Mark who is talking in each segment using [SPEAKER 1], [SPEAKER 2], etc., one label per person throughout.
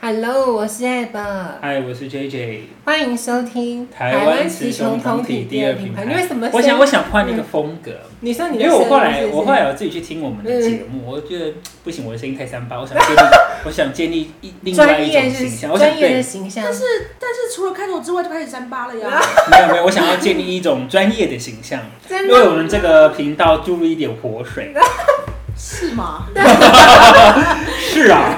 [SPEAKER 1] Hello，我是 Ab，
[SPEAKER 2] 嗨，我是 JJ。
[SPEAKER 1] 欢迎收听
[SPEAKER 2] 台湾雌雄同体第二品牌，
[SPEAKER 1] 你为什么？
[SPEAKER 2] 我想，我，想换一个风格，
[SPEAKER 1] 你说你
[SPEAKER 2] 因
[SPEAKER 1] 的
[SPEAKER 2] 为我后来
[SPEAKER 1] 声音是，嗯不是
[SPEAKER 2] 我后来我自己去听我们的节目，我觉得不行，我的声音太三八，我想建立，我想建立一另外
[SPEAKER 1] 专
[SPEAKER 2] 一种
[SPEAKER 1] 业
[SPEAKER 2] 形
[SPEAKER 1] 是
[SPEAKER 2] 象，我想
[SPEAKER 1] 专业的
[SPEAKER 2] 对，
[SPEAKER 1] 形象
[SPEAKER 3] 但，是但是除了开头之外就开始三八了呀，
[SPEAKER 2] 没有没有，我想要建立一种专业的 形象，
[SPEAKER 1] 真
[SPEAKER 2] 为我
[SPEAKER 1] 的
[SPEAKER 2] 们这个频道注入一点 活水。
[SPEAKER 3] 是吗？
[SPEAKER 2] 是啊，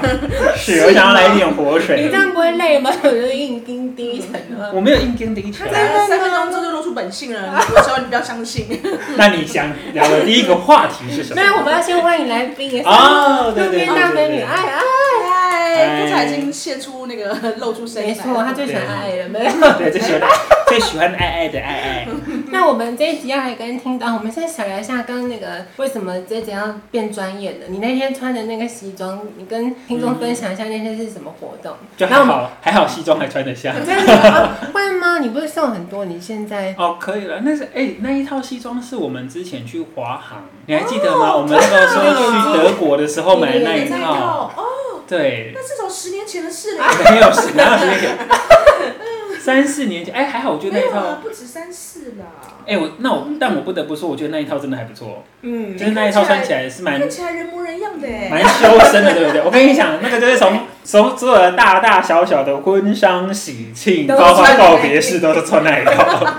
[SPEAKER 2] 是，我想要来一点活
[SPEAKER 1] 你
[SPEAKER 2] 水
[SPEAKER 1] 这。样不会累吗？我就硬钉低沉了。
[SPEAKER 2] 我没有硬跟你扯
[SPEAKER 3] 他
[SPEAKER 1] 真的
[SPEAKER 2] 啊，
[SPEAKER 1] 吗
[SPEAKER 3] 才三分钟之后就露出本性了，有时候你不要相信。
[SPEAKER 2] 那你想聊的第一个话题是 什
[SPEAKER 1] 没有，我
[SPEAKER 2] 么？
[SPEAKER 1] 们要先欢迎来宾，也是
[SPEAKER 2] 哦，对
[SPEAKER 1] 路
[SPEAKER 2] 对对
[SPEAKER 1] 边大
[SPEAKER 2] 对
[SPEAKER 1] 美女
[SPEAKER 2] 对，
[SPEAKER 1] 爱啊爱，
[SPEAKER 3] 嗨，
[SPEAKER 2] 嗨
[SPEAKER 3] 刚才已经泄出那个露出声音
[SPEAKER 1] 没
[SPEAKER 3] 来
[SPEAKER 1] 错，
[SPEAKER 3] 了
[SPEAKER 1] 她最喜欢爱了，没有。
[SPEAKER 2] 对最喜欢最喜欢爱爱的爱爱。
[SPEAKER 1] 那我们这一集要来跟听到，我们先想聊一下跟那个为什么这一集要变专业的？你那天穿的那个西装，你跟听
[SPEAKER 2] 嗯
[SPEAKER 1] 众分享一下那天是什么活动？
[SPEAKER 2] 就还好，还好西装还穿得下。
[SPEAKER 1] 真的吗哦会吗？你不是瘦很多？你现在
[SPEAKER 2] 哦，可以了。那是哎、那一套西装是我们之前去华航，你还记得吗？我们那个时候去德国的时候买的那一
[SPEAKER 3] 那一
[SPEAKER 2] 套，
[SPEAKER 3] 套哦，
[SPEAKER 2] 对，
[SPEAKER 3] 那是从十年前的事了，
[SPEAKER 2] 没有是哪有那 个三四年前，哎、还好，我觉得
[SPEAKER 3] 没
[SPEAKER 2] 那一
[SPEAKER 3] 有
[SPEAKER 2] 套
[SPEAKER 3] 啊，。不止三四啦，
[SPEAKER 2] 哎、我那我，但我不得不说，我觉得那一套真的还不错，
[SPEAKER 1] 嗯
[SPEAKER 2] 就是那一套穿起来是蛮
[SPEAKER 3] 看起来人模人样的哎。
[SPEAKER 2] 蛮修身的，对不对？我跟你讲，那个就是从从所有的大大小小的婚丧喜庆，
[SPEAKER 1] 都
[SPEAKER 2] 包括
[SPEAKER 1] 穿
[SPEAKER 2] 告别式，都是穿那 一套，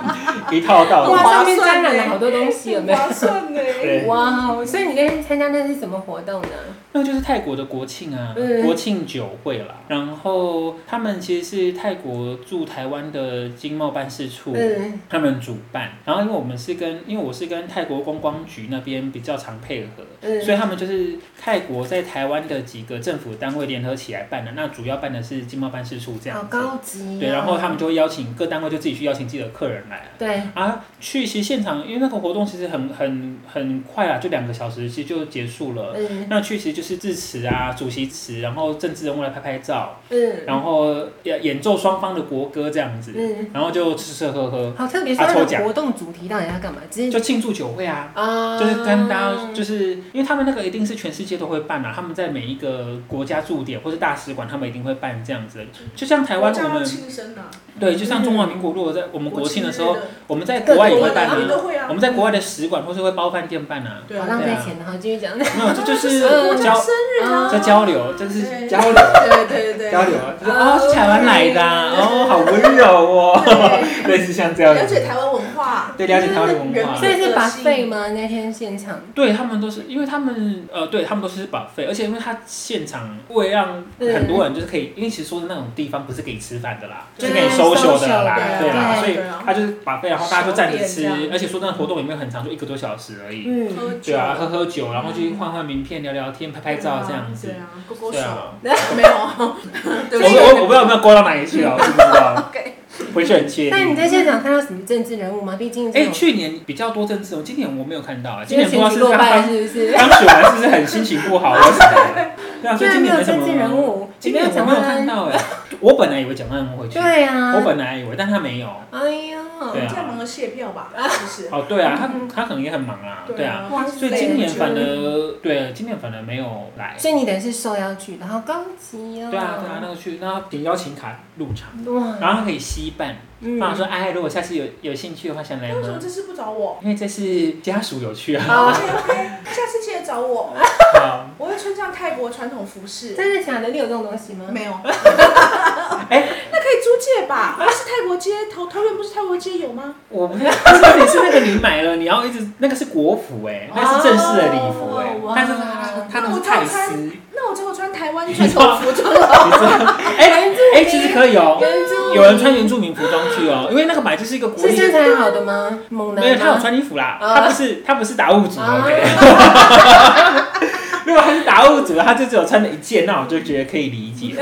[SPEAKER 2] 一套到
[SPEAKER 1] 哇，
[SPEAKER 2] 底。
[SPEAKER 1] 上面沾染了好多东西，有没有？
[SPEAKER 3] 划算呢。
[SPEAKER 2] 对
[SPEAKER 1] 哇哦！所以你那天参加那是什么活动呢？
[SPEAKER 2] 那就是泰国的国庆啊，
[SPEAKER 1] 嗯
[SPEAKER 2] 国庆酒会啦。然后他们其实是泰国驻台湾的经贸办事处。
[SPEAKER 1] 嗯，
[SPEAKER 2] 他们主办，然后因为我们是跟，因为我是跟泰国观光局那边比较常配合，
[SPEAKER 1] 嗯
[SPEAKER 2] 所以他们就是泰国在台湾的几个政府单位联合起来办的。那主要办的是经贸办事处这
[SPEAKER 1] 好
[SPEAKER 2] 样子，
[SPEAKER 1] 高级哦。
[SPEAKER 2] 对，然后他们就会邀请各单位就自己去邀请自己的客人来啊，
[SPEAKER 1] 对，
[SPEAKER 2] 啊，去其实现场，因为那个活动其实很很很快啊，就两个小时其实就结束了。
[SPEAKER 1] 嗯
[SPEAKER 2] 那去其实就是致辞啊，主席词，然后政治人物来拍拍照，
[SPEAKER 1] 嗯
[SPEAKER 2] 然后演演奏双方的国歌这样子，
[SPEAKER 1] 嗯，
[SPEAKER 2] 然后就吃吃喝喝，
[SPEAKER 1] 好特别。说
[SPEAKER 2] 啊抽
[SPEAKER 1] 他的
[SPEAKER 2] 奖
[SPEAKER 1] 活动主题到底要干嘛？只是
[SPEAKER 2] 就庆祝酒会啊。
[SPEAKER 1] 啊
[SPEAKER 2] 就是跟大家，就是因为他们那个一定是全世界都会办啊，他们在每一个国家驻点或是大使馆，他们一定会办这样子的。就像台湾
[SPEAKER 3] 我
[SPEAKER 2] 我
[SPEAKER 3] 们
[SPEAKER 2] 们
[SPEAKER 3] 庆生呐，
[SPEAKER 2] 对，就像中华民国，如果在我们国庆的时候，我们在
[SPEAKER 1] 各
[SPEAKER 2] 国外也
[SPEAKER 1] 国
[SPEAKER 2] 会
[SPEAKER 1] 的
[SPEAKER 2] 办
[SPEAKER 1] 啊
[SPEAKER 2] 啊
[SPEAKER 3] 我们，都会啊
[SPEAKER 2] 我，们在国外的使馆或是会包饭店办啊。
[SPEAKER 3] 对
[SPEAKER 1] 好
[SPEAKER 3] 啊
[SPEAKER 1] 浪，费钱的，好继续讲。
[SPEAKER 2] 没有，这就是
[SPEAKER 1] 嗯
[SPEAKER 3] 我
[SPEAKER 2] 交
[SPEAKER 3] 生日啊，
[SPEAKER 2] 这交流，这是
[SPEAKER 3] 对
[SPEAKER 2] 交流。
[SPEAKER 3] 对对对对，
[SPEAKER 2] 交流啊，就是哦，是台湾来的啊，哦，好温柔 哦，类似像这样
[SPEAKER 3] 了
[SPEAKER 2] 子
[SPEAKER 3] 解，台湾文化，
[SPEAKER 2] 对，了解台湾的文化
[SPEAKER 1] 啊所。以是把
[SPEAKER 3] 恶心
[SPEAKER 1] 费吗？那天现场
[SPEAKER 2] 对他们都是，因为他们呃，对他们都是把费，而且因为他现场为让很多人就是可以，因为其实说的那种地方不是给你吃饭的啦，就
[SPEAKER 3] 对
[SPEAKER 2] 是给你收修的啦，
[SPEAKER 3] social 的
[SPEAKER 2] 对啦，
[SPEAKER 1] 对
[SPEAKER 2] 所以
[SPEAKER 3] 对啊
[SPEAKER 2] 他就是把费，然后大家就站着
[SPEAKER 3] 小
[SPEAKER 2] 吃
[SPEAKER 3] 点这样，
[SPEAKER 2] 而且说真的活动也没有很长，就一个多小时而已，
[SPEAKER 1] 嗯，
[SPEAKER 3] 喝酒
[SPEAKER 2] 对啊，喝喝酒，然后去换换名片、聊聊天、拍拍照这样子
[SPEAKER 3] 对，啊，勾勾
[SPEAKER 2] 对
[SPEAKER 3] 手，
[SPEAKER 2] 啊。
[SPEAKER 3] 没有，
[SPEAKER 2] 我
[SPEAKER 3] 对不起
[SPEAKER 2] 我我不知道有没有勾到哪里去啊，我不 知道，不是很确定。
[SPEAKER 1] 那你在现场看到什么政治人物吗？毕竟这
[SPEAKER 2] 哎、
[SPEAKER 1] 种
[SPEAKER 2] 去年比较多政治，我今年我没有看到啊。今
[SPEAKER 1] 就是
[SPEAKER 2] 年不知
[SPEAKER 1] 选举
[SPEAKER 2] 道是
[SPEAKER 1] 落
[SPEAKER 2] 刚
[SPEAKER 1] 败
[SPEAKER 2] 刚
[SPEAKER 1] 是不是？
[SPEAKER 2] 刚选完是不是很心情不好，还是什么 的？对啊，
[SPEAKER 1] 居
[SPEAKER 2] 所以
[SPEAKER 1] 然
[SPEAKER 2] 今
[SPEAKER 1] 没
[SPEAKER 2] 年
[SPEAKER 1] 有
[SPEAKER 2] 没什
[SPEAKER 1] 政
[SPEAKER 2] 么。
[SPEAKER 1] 治人物，
[SPEAKER 2] 今年我没有看到哎、我本来以为蒋万安会去，
[SPEAKER 1] 对
[SPEAKER 2] 我
[SPEAKER 1] 啊，
[SPEAKER 2] 本来以为，但他没有。
[SPEAKER 1] 哎呦，
[SPEAKER 2] 对啊
[SPEAKER 3] 在忙着卸票吧，是不是？
[SPEAKER 2] 哦， 对啊，他
[SPEAKER 1] 嗯
[SPEAKER 2] 他可能也很忙啊，对啊。
[SPEAKER 3] 啊，
[SPEAKER 1] 哇
[SPEAKER 2] 所以今年反
[SPEAKER 1] 对
[SPEAKER 2] 而对，今年反而没有来。
[SPEAKER 1] 所以你等于是受邀去的，好高级哦。
[SPEAKER 2] 对啊，对啊，啊那个去，那凭邀请卡入场，
[SPEAKER 1] 哇，
[SPEAKER 2] 然后他可以吸办。
[SPEAKER 1] 嗯
[SPEAKER 2] 爸说，哎，如果下次有有兴趣的话，想来
[SPEAKER 3] 那为什么
[SPEAKER 2] 吗？
[SPEAKER 3] 这次不找我
[SPEAKER 2] 因为这是家属有去啊。
[SPEAKER 1] 好，
[SPEAKER 3] ？OK OK，下次记得找我，
[SPEAKER 1] 啊
[SPEAKER 3] 我会穿上泰国传统服饰。嗯
[SPEAKER 1] 真的假的？你有这种东西吗？
[SPEAKER 3] 没有，哎
[SPEAKER 2] 哎
[SPEAKER 3] 那可以租借吧？是泰国街，桃桃园不是泰国街有吗？
[SPEAKER 2] 我不太，可是你是那个你买了，你要一直那个是国服哎、那是正式的礼服哎、
[SPEAKER 1] 哦哇
[SPEAKER 2] 但是它它那个是泰丝，你
[SPEAKER 3] 那我只有穿台湾传统 服装了。
[SPEAKER 2] 知道？哎哎、其实可以哦、
[SPEAKER 1] 原住民
[SPEAKER 2] 有人穿原住民服装去哦、因为那个本来就是一个国
[SPEAKER 1] 是身
[SPEAKER 2] 力，
[SPEAKER 1] 材好的吗？猛男吗
[SPEAKER 2] 没有他有穿衣服啦，
[SPEAKER 1] 啊
[SPEAKER 2] 他不是他不是达悟族
[SPEAKER 1] 啊
[SPEAKER 2] OK。如果 他是达悟族，他就只有穿了一件，那我就觉得可以理解。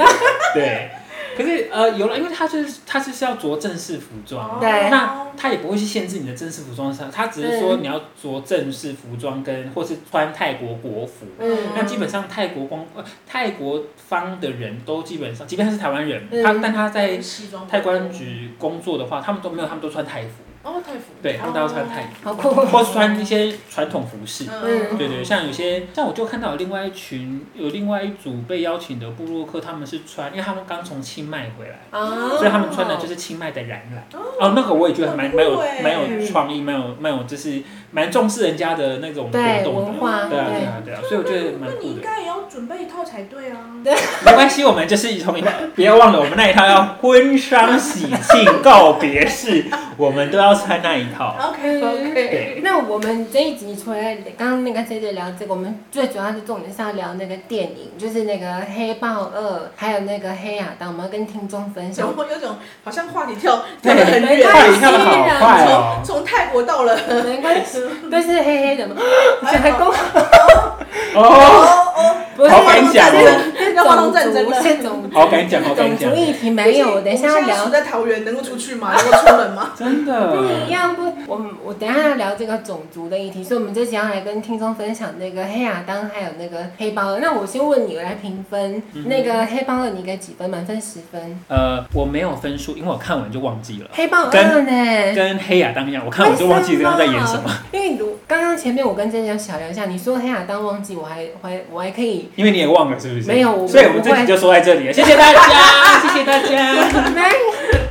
[SPEAKER 2] 对，可是呃有了，因为他就是他就是要着正式服
[SPEAKER 3] 哦
[SPEAKER 2] 装，
[SPEAKER 1] 对
[SPEAKER 2] 那他也不会去限制你的正式服装上，他只是说你要着正式服装跟或是穿泰国国服。
[SPEAKER 1] 嗯
[SPEAKER 2] 那基本上泰国光呃泰国方的人都基本上，即便他是台湾人，
[SPEAKER 1] 嗯
[SPEAKER 2] 他但他在
[SPEAKER 3] 西装
[SPEAKER 2] 泰国公安局工作的话，他们都没有，他们都穿泰服。
[SPEAKER 3] 哦，泰服，
[SPEAKER 2] 对他们都要穿 泰
[SPEAKER 3] 服，
[SPEAKER 1] 好 酷哦。
[SPEAKER 2] 或穿一些传统服饰。
[SPEAKER 1] 嗯
[SPEAKER 2] 对对，像有些像我就看到有另外一群有另外一组被邀请的部落客，他们是穿，因为他们刚从清迈回来，
[SPEAKER 1] 啊
[SPEAKER 2] 所以他们穿的就是清迈的染染。哦，那个我也觉得蛮蛮有
[SPEAKER 3] 欸
[SPEAKER 2] 蛮
[SPEAKER 1] 嗯
[SPEAKER 2] 有创意，蛮有蛮有就是蛮重视人家的那种活
[SPEAKER 1] 对
[SPEAKER 2] 动
[SPEAKER 1] 文
[SPEAKER 2] 的。
[SPEAKER 1] 化，
[SPEAKER 2] 对啊对啊对啊，所以我觉得蛮
[SPEAKER 3] 那你
[SPEAKER 2] 酷
[SPEAKER 3] 应
[SPEAKER 2] 的。
[SPEAKER 3] 该也要准备一套才对啊。
[SPEAKER 2] 没关系，我们就是从一套，不要忘了我们那一套要婚丧喜庆告别式，我们都要穿那一套。
[SPEAKER 3] OK
[SPEAKER 1] 嗯
[SPEAKER 3] OK，
[SPEAKER 2] 对，
[SPEAKER 1] 那我们这一集除了刚刚那个 J J 聊这个，我们最主要是重点是要聊那个电影，就是那个《黑豹二》，还有那个《黑亚当》，我们要跟听众分
[SPEAKER 3] 然
[SPEAKER 1] 享。
[SPEAKER 3] 后有种好像话题
[SPEAKER 1] 嗯
[SPEAKER 3] 跳
[SPEAKER 2] 对，
[SPEAKER 3] 跳得很远，啊
[SPEAKER 2] 话题跳的好快哦
[SPEAKER 3] 从。从泰国 到了，
[SPEAKER 1] 没关系，都是黑黑的嘛，小
[SPEAKER 3] 哎
[SPEAKER 1] 孩公
[SPEAKER 2] 哦，
[SPEAKER 3] 哦
[SPEAKER 1] 不是
[SPEAKER 2] 好敢讲哦，
[SPEAKER 3] 哦，要发动战争了。
[SPEAKER 1] 这种
[SPEAKER 2] 好敢讲，好敢
[SPEAKER 1] 种
[SPEAKER 2] 讲
[SPEAKER 1] 族，议题没有，我等一下
[SPEAKER 3] 我
[SPEAKER 1] 要
[SPEAKER 3] 们现在
[SPEAKER 1] 聊。
[SPEAKER 3] 处在桃园，能够出去吗？ 能够出门吗？
[SPEAKER 2] 真
[SPEAKER 1] 不一
[SPEAKER 2] 的。
[SPEAKER 1] 样不，我们我等一下要聊这个种族的议题，所以我们这集要来跟听众分享那个黑亚当还有那个黑豹二。那我先问你来评分，那个黑豹二你给几分？满分十分。
[SPEAKER 2] 呃，我没有分数，因为我看完就忘记了，
[SPEAKER 1] 黑豹
[SPEAKER 2] 跟
[SPEAKER 1] 二呢？
[SPEAKER 2] 跟黑亚当一样，我看完就忘记刚刚在演什么。
[SPEAKER 1] 因为我刚刚前面我跟珍珍小聊一下，你说黑亚当忘记，我还我还我还可以，
[SPEAKER 2] 因为你也忘了是不是？
[SPEAKER 1] 没有我
[SPEAKER 2] 所以我们这集就说在这里了，谢谢 大家，谢谢大家。
[SPEAKER 1] 没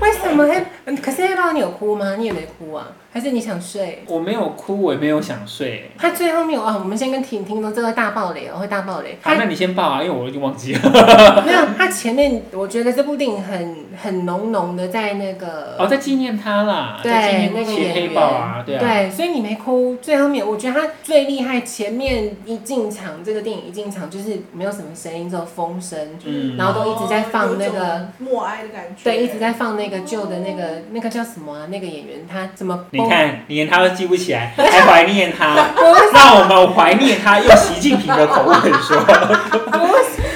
[SPEAKER 1] 为什么黑？嗯可是黑豹你有哭吗？你也没哭啊？还是你想睡？
[SPEAKER 2] 我没有哭，我也没有想睡。
[SPEAKER 1] 他最后面啊，我们先跟婷婷说这个大爆雷哦，会大爆雷。
[SPEAKER 2] 好，
[SPEAKER 1] 他
[SPEAKER 2] 那你先报啊，因为我已经忘 记了。
[SPEAKER 1] 没有，他前面我觉得这部电影很很浓浓的在那个
[SPEAKER 2] 哦，在纪念他啦，在
[SPEAKER 1] 对
[SPEAKER 2] 纪念
[SPEAKER 1] 那个
[SPEAKER 2] 切
[SPEAKER 1] 演
[SPEAKER 2] 黑
[SPEAKER 1] 员
[SPEAKER 2] 豹啊，对啊，
[SPEAKER 1] 所以你没哭。最后面，我觉得他最厉害，前面一进场，这个电影一进场就是没有什么声音，只有风声，
[SPEAKER 2] 嗯
[SPEAKER 1] 然后都一直在放那个
[SPEAKER 3] 有一种默哀的感觉，
[SPEAKER 1] 对，一直在放那个旧的那个那个叫什么啊？那个演员他怎么？
[SPEAKER 2] 你，看，你连他都记不起来，还怀念他，
[SPEAKER 1] 不是
[SPEAKER 2] 那我们怀念他，用习近平的口吻 说，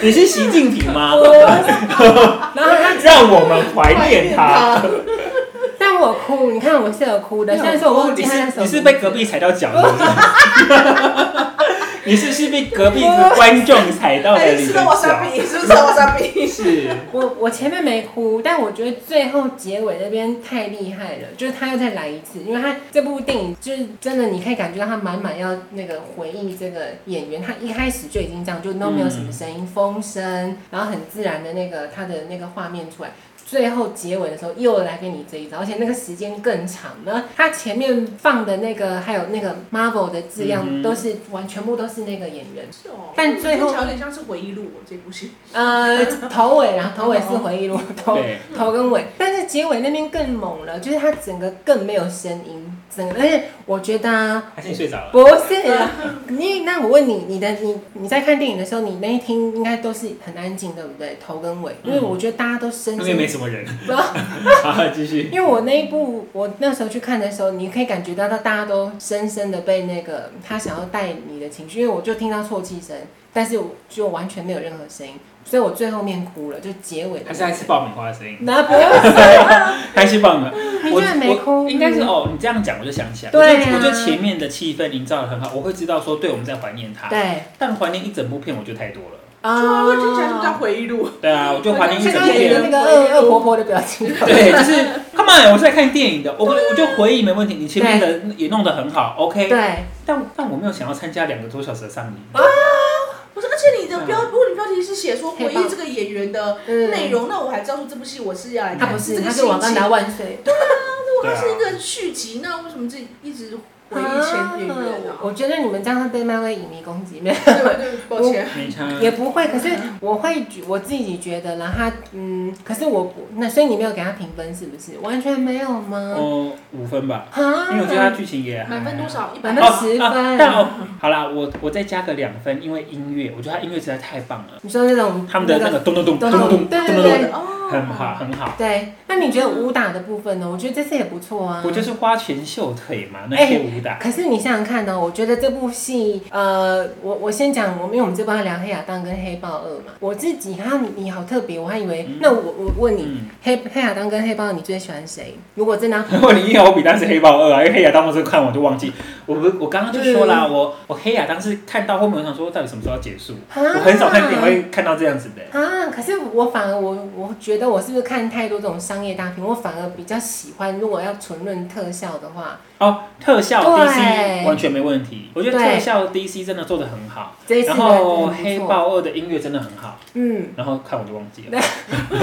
[SPEAKER 2] 你是习近平吗？
[SPEAKER 1] 然后他，
[SPEAKER 2] 让我们怀念他。
[SPEAKER 1] 但我有哭，你看我是有哭的，虽然说我忘记
[SPEAKER 2] 你
[SPEAKER 1] 他的
[SPEAKER 2] 是
[SPEAKER 1] 手。
[SPEAKER 2] 你是被隔壁踩到脚的是不是，你是是被隔壁的观众踩到了
[SPEAKER 3] 哎
[SPEAKER 2] 你
[SPEAKER 3] 吃
[SPEAKER 2] 的
[SPEAKER 3] 到瓦萨
[SPEAKER 2] 脚，
[SPEAKER 3] 比，是不是瓦萨比？
[SPEAKER 2] 是。
[SPEAKER 1] 我我前面没哭，但我觉得最后结尾那边太厉害了，就是他要再来一次，因为他这部电影就是真的，你可以感觉到他满满要那个回忆这个演员，他一开始就已经这样，就都没有什么声音，风声，然后很自然的那个他的那个画面出来。最后结尾的时候又来给你这一招，而且那个时间更长呢。他前面放的那个还有那个 Marvel 的字样，
[SPEAKER 2] 嗯
[SPEAKER 1] 都是完全部都是那个演员。
[SPEAKER 3] 是哦
[SPEAKER 1] 但最后
[SPEAKER 3] 听起来有点像是回忆录哦，这部戏。
[SPEAKER 1] 呃，头尾啦，头尾是回忆录，头
[SPEAKER 2] 对
[SPEAKER 1] 头跟尾，但是结尾那边更猛了，就是它整个更没有声音，整个，而且我觉得、啊、
[SPEAKER 2] 还是你睡着了？
[SPEAKER 1] 不是啦，你那我问你，你的你你在看电影的时候，你那一听应该都是很安静，对不对？头跟尾，因为我觉得大家都深
[SPEAKER 2] 那边没
[SPEAKER 1] 陷，
[SPEAKER 2] 什么人。
[SPEAKER 1] 不要
[SPEAKER 2] 好，继续。
[SPEAKER 1] 因为我那一部我那时候去看的时候，你可以感觉到到大家都深深的被那个他想要带你的情绪，因为我就听到啜泣声，但是我就完全没有任何声音，所以我最后面哭了，就结尾的
[SPEAKER 2] 还是爱吃爆米花的声音，
[SPEAKER 1] 那不是，
[SPEAKER 2] 还是爆米花。
[SPEAKER 1] 你
[SPEAKER 2] 我
[SPEAKER 1] 居然没哭，
[SPEAKER 2] 我应该是哦，你这样讲我就想起来，
[SPEAKER 1] 对啊
[SPEAKER 2] 我就我觉得前面的气氛营造的很好，我会知道说对我们在怀念他，
[SPEAKER 1] 对
[SPEAKER 2] 但怀念一整部片我觉得太多了。
[SPEAKER 1] 哦
[SPEAKER 3] 啊，我听起来就叫回忆录。
[SPEAKER 2] 对啊，我就怀念一
[SPEAKER 1] 现
[SPEAKER 2] 整
[SPEAKER 1] 在
[SPEAKER 2] 部
[SPEAKER 1] 演的那
[SPEAKER 2] 片。
[SPEAKER 1] 个恶恶婆婆的表情，
[SPEAKER 2] 对，就是 Come on，我是在看电影的，我我就回忆没问题，你前面的也弄得很好，OK，
[SPEAKER 1] 对，
[SPEAKER 2] 但但我没有想要参加两个多小时的上映，
[SPEAKER 3] 不是，而且你的标，如果你标题是写说回
[SPEAKER 1] 嗯黑豹
[SPEAKER 3] 忆这个演员的
[SPEAKER 1] 嗯
[SPEAKER 3] 内容，那我还知道说这部戏我是要来
[SPEAKER 1] 他
[SPEAKER 3] 看，
[SPEAKER 1] 不是，
[SPEAKER 3] 这
[SPEAKER 1] 他
[SPEAKER 3] 个
[SPEAKER 1] 是
[SPEAKER 3] 心
[SPEAKER 1] 王刚
[SPEAKER 3] 情
[SPEAKER 1] 达。万岁，
[SPEAKER 3] 如果
[SPEAKER 2] 对啊
[SPEAKER 3] 它是一个续集，那为什么自己一直回忆前演员呢
[SPEAKER 1] 啊？我觉得你们这样会被漫威影迷攻击，没有
[SPEAKER 3] 对对，抱歉。
[SPEAKER 2] 没差。
[SPEAKER 1] 也不会，可是我会觉我自己觉得啦，他嗯，可是我不那，所以你没有给他评分是不是？完全没有吗？
[SPEAKER 2] 哦，五分吧，
[SPEAKER 1] 啊
[SPEAKER 2] 因为我觉得它剧情也还
[SPEAKER 3] 满分多少？一百
[SPEAKER 1] 满
[SPEAKER 3] 分
[SPEAKER 1] 分。十
[SPEAKER 2] 啊
[SPEAKER 1] 分，
[SPEAKER 2] 但哦，好啦，我我再加个两分，因为音乐，我觉得他音乐实在太棒了，
[SPEAKER 1] 你嗯说那种
[SPEAKER 2] 他们的那个咚咚咚
[SPEAKER 1] 咚
[SPEAKER 2] 咚
[SPEAKER 1] 咚
[SPEAKER 2] 咚咚
[SPEAKER 1] 对
[SPEAKER 2] 咚
[SPEAKER 1] 对
[SPEAKER 2] 咚
[SPEAKER 1] 对
[SPEAKER 2] 咚，
[SPEAKER 3] 哦
[SPEAKER 2] 很好。很好。
[SPEAKER 1] 对，那你觉得武打的部分呢？我觉得这次也不错啊，
[SPEAKER 2] 我就是花拳绣腿嘛，那些武打，
[SPEAKER 1] 可是你想想看呢、我觉得这部戏，呃，我我先讲，我们因为我们这帮聊黑亚当跟黑豹二嘛，我自己哈，你好特别，我还以为，那我我问你，
[SPEAKER 2] 嗯，
[SPEAKER 1] 黑黑亚当跟黑豹二你最喜欢谁？如果真的要
[SPEAKER 2] 如果你硬要我比当时黑豹二啊，因为黑亚当我是看我就忘记，我不我刚刚就说啦，我我黑亚当是看到后面我想说到底什么时候要结束，
[SPEAKER 1] 啊
[SPEAKER 2] 我很少看电影会看到这样子的、
[SPEAKER 1] 啊，可是我反而我我觉觉得我是不是看太多这种商业大片，我反而比较喜欢，如果要纯论特效的话，
[SPEAKER 2] 哦，特效
[SPEAKER 1] 对
[SPEAKER 2] DC 完全没问题，我觉得
[SPEAKER 1] 对
[SPEAKER 2] 特效 DC 真的做的很好，
[SPEAKER 1] 这一次
[SPEAKER 2] 然
[SPEAKER 1] 的还
[SPEAKER 2] 后
[SPEAKER 1] 真的不
[SPEAKER 2] 黑
[SPEAKER 1] 错，
[SPEAKER 2] 豹二的音乐真的很好，
[SPEAKER 1] 嗯，
[SPEAKER 2] 然后看我就忘记了。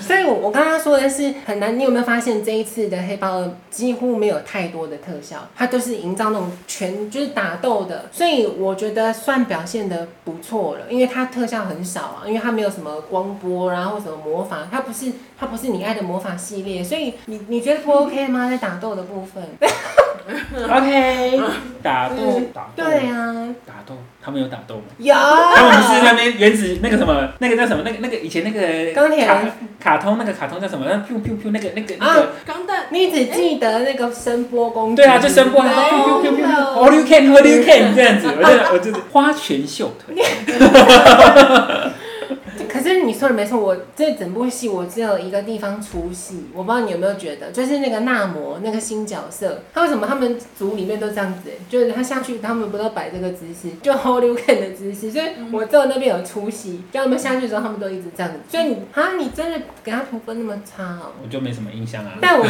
[SPEAKER 1] 所以我我刚刚说的是很难，你有没有发现这一次的黑豹二几乎没有太多的特效，它都是营造那种全就是打斗的，所以我觉得算表现的不错了，因为它特效很少啊，因为它没有什么光波啊，然后什么魔法，它不是 它不是你爱的魔法系列，所以你你觉得不 OK 吗？在打斗的部分，
[SPEAKER 2] OK，打斗
[SPEAKER 1] 嗯
[SPEAKER 2] 打斗
[SPEAKER 1] 对啊，
[SPEAKER 2] 打斗，他们有打斗吗？
[SPEAKER 1] 有。
[SPEAKER 2] 他们不是在那原子那个什么那个叫什么那个那个以前那个
[SPEAKER 1] 钢铁
[SPEAKER 2] 卡
[SPEAKER 1] 人
[SPEAKER 2] 卡通那个卡通叫什么？那 p i u p i u p i u 那个那个那
[SPEAKER 1] 啊
[SPEAKER 2] 个，
[SPEAKER 3] 钢弹 哎
[SPEAKER 1] 你只记得那个声波攻击，
[SPEAKER 2] 对啊，就声波，然后 p i
[SPEAKER 1] 哦
[SPEAKER 2] u p i u p i u
[SPEAKER 3] 哦
[SPEAKER 2] all you can all you can 这样子，我就我就是花拳绣腿，
[SPEAKER 1] 可是你说的没错，我这整部戏我只有一个地方出戏，我不知道你有没有觉得，就是那个纳摩那个新角色，他为什么他们组里面都这样子、就是他下去，他们不都摆这个姿势，就 Hold You Can 的姿势，所以
[SPEAKER 3] 嗯
[SPEAKER 1] 我只有那边有出戏，就他们下去的时候，他们都一直这样子，所以你啊，你真的给他评分那么差哦、
[SPEAKER 2] 我就没什么印象啊，
[SPEAKER 1] 但我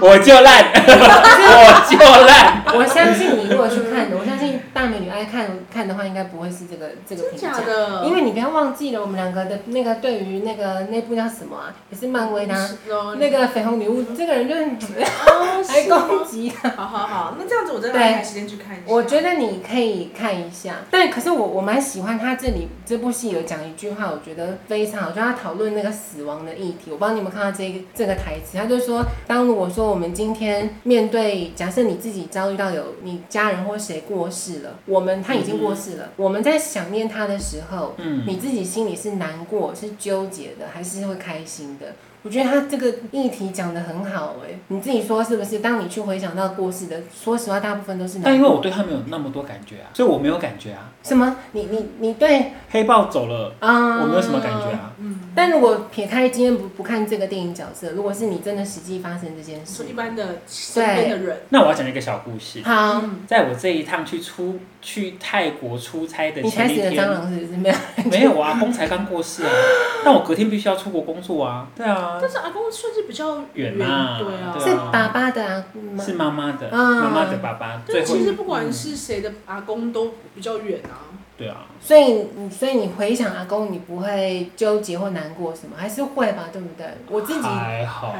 [SPEAKER 2] 我 就烂， 我就烂，
[SPEAKER 1] 我相信你如果去看，我相信大美女爱看看的话，应该不会是这个这个
[SPEAKER 3] 真
[SPEAKER 1] 评价
[SPEAKER 3] 假。的？
[SPEAKER 1] 因为你不要忘记了，我们两个的那个对于那个那部叫什么啊，也是漫威的啊、
[SPEAKER 3] 哦
[SPEAKER 1] 那个哎绯红女巫，这个人就是
[SPEAKER 3] 哦，
[SPEAKER 1] 还
[SPEAKER 3] 是
[SPEAKER 1] 攻
[SPEAKER 3] 吗？
[SPEAKER 1] 击。
[SPEAKER 3] 好好好，那这样子我真的安排时间去看一下。
[SPEAKER 1] 我觉得你可以看一下，但可是我我蛮喜欢他这里这部戏有讲一句话，我觉得非常好，就他讨论那个死亡的议题。我不知道你们看到这个这个台词，他就说，当如果说我们今天面对，假设你自己遭遇到有你家人或谁过世了，我们他已经过世了，我们在想念他的时候，
[SPEAKER 2] 嗯，
[SPEAKER 1] 你自己心里是难过、是纠结的，还是会开心的？我觉得他这个议题讲得很好哎、你自己说是不是？当你去回想到过世的，说实话，大部分都是
[SPEAKER 2] 但
[SPEAKER 1] 难
[SPEAKER 2] 因为
[SPEAKER 1] 过。
[SPEAKER 2] 我对他没有那么多感觉啊，所以我没有感觉啊，
[SPEAKER 1] 什么？你你你对
[SPEAKER 2] 黑豹走了，
[SPEAKER 1] 啊？
[SPEAKER 2] 我没有什么感觉。啊，
[SPEAKER 3] 嗯，
[SPEAKER 1] 但如果撇开今天不不看这个电影角色，如果是你真的实际发生这件事
[SPEAKER 3] 说，一般的身边的人，
[SPEAKER 2] 那我要讲一个小故事。
[SPEAKER 1] 好，
[SPEAKER 3] 嗯，
[SPEAKER 2] 在我这一趟去出去泰国出差的
[SPEAKER 1] 你踩
[SPEAKER 2] 前一
[SPEAKER 1] 死了
[SPEAKER 2] 天，
[SPEAKER 1] 蟑螂是不是？没有，
[SPEAKER 2] 没有啊，公才刚过世 啊，但我隔天必须要出国工作啊。对啊，
[SPEAKER 3] 但是阿公算是比较
[SPEAKER 2] 远啊
[SPEAKER 3] 对啊。
[SPEAKER 2] 对
[SPEAKER 1] 是
[SPEAKER 2] 啊
[SPEAKER 1] 爸爸的啊吗？
[SPEAKER 2] 是妈妈的，
[SPEAKER 3] 嗯
[SPEAKER 1] 啊
[SPEAKER 2] 妈妈的爸爸，最
[SPEAKER 3] 但
[SPEAKER 2] 后嗯
[SPEAKER 3] 其实不管是谁的阿公都比较远啊。
[SPEAKER 2] 对啊，
[SPEAKER 1] 所以你，所以你回想阿公，你不会纠结或难过什么，还是会吧，对不对？我自己啊，
[SPEAKER 2] 还好，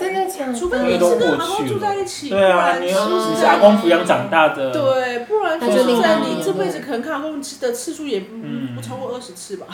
[SPEAKER 1] 真的假的？
[SPEAKER 3] 除非你是跟阿公住在一起，不
[SPEAKER 2] 对啊，
[SPEAKER 3] 然
[SPEAKER 2] 你
[SPEAKER 1] 说
[SPEAKER 2] 要
[SPEAKER 1] 实
[SPEAKER 2] 你
[SPEAKER 1] 在
[SPEAKER 2] 是阿公抚养长大的，
[SPEAKER 3] 对，不然
[SPEAKER 1] 那
[SPEAKER 3] 说
[SPEAKER 1] 就
[SPEAKER 3] 实在，
[SPEAKER 1] 另当
[SPEAKER 3] 你
[SPEAKER 1] 别
[SPEAKER 3] 这辈
[SPEAKER 1] 论
[SPEAKER 3] 子可能看阿公的次数也不
[SPEAKER 2] 嗯
[SPEAKER 3] 不超过二十次吧。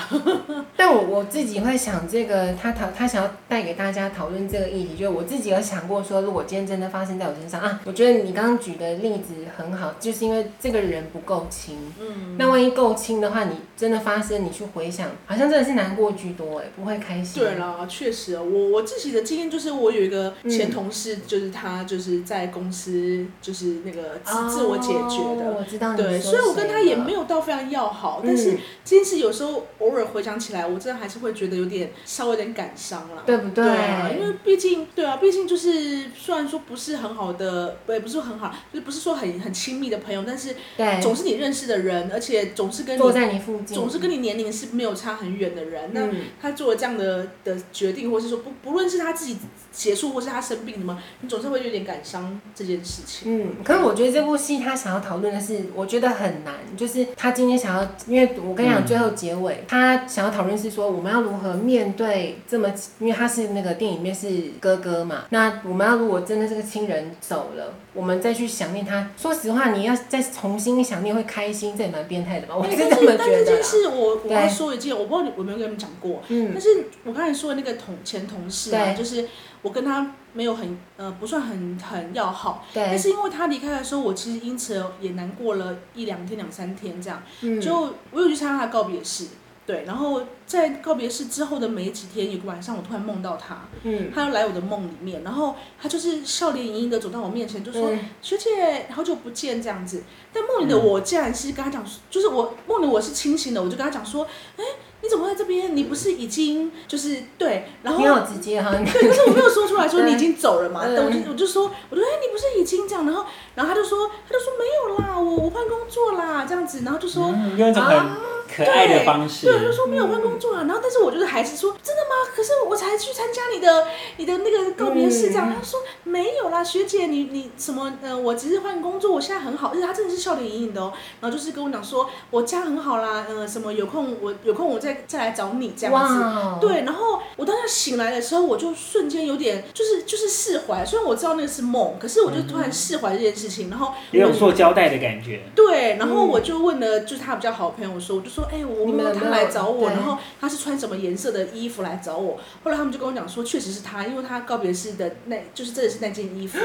[SPEAKER 1] 但我我自己会想这个，他讨他想要带给大家讨论这个议题，就是我自己有想过说，如果今天真的发生在我身上啊，我觉得你刚刚举的例子很好，就是因为这个人不够亲。
[SPEAKER 3] 嗯，
[SPEAKER 1] 那万一够亲的话，你真的发生，你去回想，好像真的是难过居多哎，不会开心。
[SPEAKER 3] 对，啦，确实，啊我我自己的经验就是，我有一个前同事，就是他就是在公司就是那个自自我解决
[SPEAKER 1] 哦
[SPEAKER 3] 的。
[SPEAKER 1] 我知道你
[SPEAKER 3] 对，
[SPEAKER 1] 说
[SPEAKER 3] 所以我跟他也
[SPEAKER 1] 谁了
[SPEAKER 3] 没有到非常要好，但是
[SPEAKER 1] 嗯
[SPEAKER 3] 这件事有时候偶尔回想起来，我真的还是会觉得有点稍微有点感伤啦。
[SPEAKER 1] 对不对？
[SPEAKER 3] 啊，因为毕竟对啊，毕竟就是虽然说不是很好的，也不是说很好，就是不是说很很亲密的朋友，但是
[SPEAKER 1] 对
[SPEAKER 3] 总是你认识的人，而且总是跟
[SPEAKER 1] 坐
[SPEAKER 3] 你
[SPEAKER 1] 在你附近，
[SPEAKER 3] 总是跟你年龄是没有差很远的人。那
[SPEAKER 1] 嗯
[SPEAKER 3] 他做了这样的的决定，或是说不不论是他自己结束，或是他生病什么，你总是会有点感伤这件事情。
[SPEAKER 1] 嗯，可是我觉得这部戏他想要讨论的是，我觉得很难，就是他今天想要，因为我跟你讲，
[SPEAKER 2] 嗯
[SPEAKER 1] 最后结尾、他想要讨论是说，我们要如何面对这么，因为他是那个电影里面是哥哥嘛，那我们要如果真的这个亲人走了，我们再去想念他，说实话，你要再重新想念会开心，这也蛮变态的吧？我
[SPEAKER 3] 但
[SPEAKER 1] 是
[SPEAKER 3] 是
[SPEAKER 1] 这么
[SPEAKER 3] 但
[SPEAKER 1] 觉
[SPEAKER 3] 这
[SPEAKER 1] 得
[SPEAKER 3] 件
[SPEAKER 1] 啦。
[SPEAKER 3] 事我我要
[SPEAKER 1] 对
[SPEAKER 3] 说一件，我不知道你我有没有跟你们讲过，但
[SPEAKER 1] 嗯
[SPEAKER 3] 是我刚才说的那个同前同事啊，
[SPEAKER 1] 对
[SPEAKER 3] 就是我跟他没有很呃不算很很要好，但
[SPEAKER 1] 对，
[SPEAKER 3] 是因为他离开的时候，我其实因此也难过了一两天两三天这样，
[SPEAKER 1] 嗯，
[SPEAKER 3] 就我有去参加他的告别式。对，然后在告别式之后的每几天，有个晚上我突然梦到他，
[SPEAKER 1] 嗯，
[SPEAKER 3] 他要来我的梦里面，然后他就是笑脸盈盈的走到我面前，就说：“
[SPEAKER 1] 嗯
[SPEAKER 3] 学姐，好久不见这样子。但梦里的我竟然是跟他讲，就是我梦里我是清醒的，我就跟他讲说，哎、你怎么会在这边？你不是已经就是对，然后
[SPEAKER 1] 你好直接哈，
[SPEAKER 3] 对，但是我没有说出来说你已经走了嘛，
[SPEAKER 1] 嗯
[SPEAKER 3] 但我就我就说，我就说哎、你不是已经这样，然后然后他就说他就说没有啦，我我换工作啦这样子，然后就说。啊
[SPEAKER 2] 嗯，用一种很可爱的方式
[SPEAKER 3] 对，。我就说没有
[SPEAKER 1] 嗯
[SPEAKER 3] 换工作啊。然后，但是我就是还是说，真的吗？可是我才去参加你的你的那个告别式这样。
[SPEAKER 1] 嗯
[SPEAKER 3] 他说没有啦，学姐，你你什么？呃，我只是换工作，我现在很好，而且他真的是笑脸盈盈的哦。然后就是跟我讲说，我这样很好啦，呃，什么有空我有空我再再来找你这样子。
[SPEAKER 1] 哇，，
[SPEAKER 3] 对，然后我当下醒来的时候，我就瞬间有点就是就是释怀，虽然我知道那个是梦，可是我就突
[SPEAKER 1] 嗯
[SPEAKER 3] 然释怀这件事情。然后
[SPEAKER 2] 有
[SPEAKER 3] 我
[SPEAKER 2] 种做胶带的感觉，
[SPEAKER 3] 对，然后
[SPEAKER 1] 嗯
[SPEAKER 3] 我就问了，就是他比较好的朋友说，我就说，哎、我
[SPEAKER 1] 你
[SPEAKER 3] 问
[SPEAKER 1] 们有
[SPEAKER 3] 问他
[SPEAKER 1] 没
[SPEAKER 3] 来
[SPEAKER 1] 有
[SPEAKER 3] 找我，
[SPEAKER 1] 对
[SPEAKER 3] 然后他是穿什么颜色的衣服来找我。后来他们就跟我讲说，确实是他，因为他告别式的那，就是真的是那件 衣服。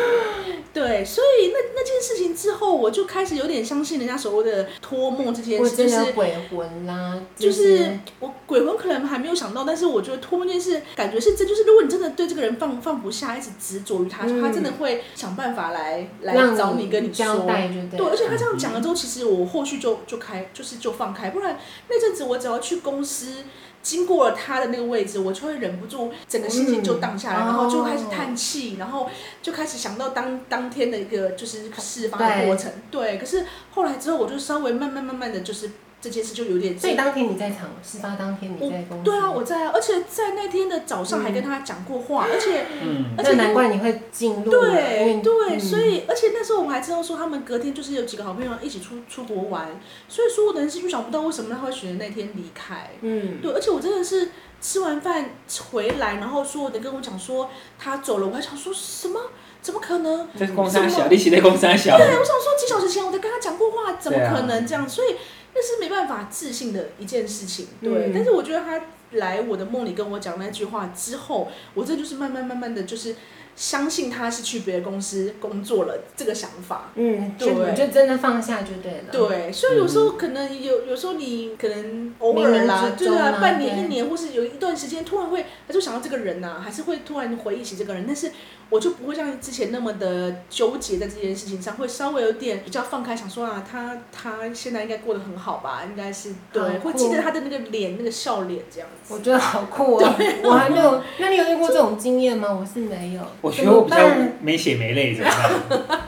[SPEAKER 3] 对，所以那那件事情之后，我就开始有点相信人家所谓的托梦这件
[SPEAKER 1] 或
[SPEAKER 3] 事，就
[SPEAKER 1] 真
[SPEAKER 3] 是
[SPEAKER 1] 的鬼魂啦，
[SPEAKER 3] 就是我鬼魂可能还没有想到，但是我觉得托梦这件事，感觉是这就是，如果你真的对这个人放放不下，一直执着于他，
[SPEAKER 1] 嗯
[SPEAKER 3] 他真的会想办法来来
[SPEAKER 1] 让
[SPEAKER 3] 找你跟你
[SPEAKER 1] 交
[SPEAKER 3] 说。
[SPEAKER 1] 代嗯就对
[SPEAKER 3] 对，
[SPEAKER 1] 了，
[SPEAKER 3] 而且他这样讲了之后，其实我后续就就开就是就放开，不然那阵子我只要去公司。经过了他的那个位置，我就会忍不住整个心情就荡下来，
[SPEAKER 1] 嗯
[SPEAKER 3] 然后就开始
[SPEAKER 1] 哦
[SPEAKER 3] 叹气，然后就开始想到当当天的一个就是事发的过程。对，可是后来之后，我就稍微慢慢慢慢的就是这件事就有点
[SPEAKER 1] 所以当天你在场，事发当天你在公司，
[SPEAKER 3] 对啊，我在啊，而且在那天的早上还跟他讲过话，而且
[SPEAKER 2] 嗯，
[SPEAKER 1] 那
[SPEAKER 3] 而且
[SPEAKER 1] 难怪你会进入嘛，因为
[SPEAKER 3] 对对，
[SPEAKER 1] 嗯
[SPEAKER 3] 所以而且那时候我还知道说他们隔天就是有几个好朋友一起出出国玩，所以说我的人是就想不到为什么他会选择那天离开。
[SPEAKER 1] 嗯，
[SPEAKER 3] 对，而且我真的是吃完饭回来，然后说我的跟我讲说他走了，我还想说什么？怎么可能？
[SPEAKER 2] 这是公三小，你起在公三小，
[SPEAKER 3] 我想说几小时前我才跟他讲过话，怎么
[SPEAKER 2] 嗯对啊
[SPEAKER 3] 可能这样？所以那是没办法自信的一件事情。对，
[SPEAKER 1] 嗯
[SPEAKER 3] 但是我觉得他来我的梦里跟我讲那句话之后，我这就是慢慢慢慢的就是相信他是去别的公司工作了这个想法。
[SPEAKER 1] 嗯，就
[SPEAKER 3] 对
[SPEAKER 1] 你就真的放下就对了，，
[SPEAKER 3] 对，所以有时候
[SPEAKER 1] 嗯
[SPEAKER 3] 可能有，有时候你可能偶
[SPEAKER 1] 冥冥
[SPEAKER 3] 尔啦，
[SPEAKER 1] 之
[SPEAKER 3] 对啊，
[SPEAKER 1] 中啊
[SPEAKER 3] 半年、
[SPEAKER 1] 对
[SPEAKER 3] 一年，或是有一段时间，突然会，他就想到这个人呐、还是会突然回忆起这个人，但是我就不会像之前那么的纠结在这件事情上，会稍微有点比较放开，想说啊，他他现在应该过得很好吧，应该是对，
[SPEAKER 1] 好
[SPEAKER 3] 会
[SPEAKER 1] 酷
[SPEAKER 3] 记得他的那个脸，那个笑脸这样
[SPEAKER 1] 我
[SPEAKER 3] 子。
[SPEAKER 1] 觉得好酷哦，我还没有，那你有遇过这种经验吗？我是没有，
[SPEAKER 2] 我觉
[SPEAKER 1] 怎
[SPEAKER 2] 得我
[SPEAKER 1] 么
[SPEAKER 2] 比较
[SPEAKER 1] 办？
[SPEAKER 2] 没血没泪，怎么办？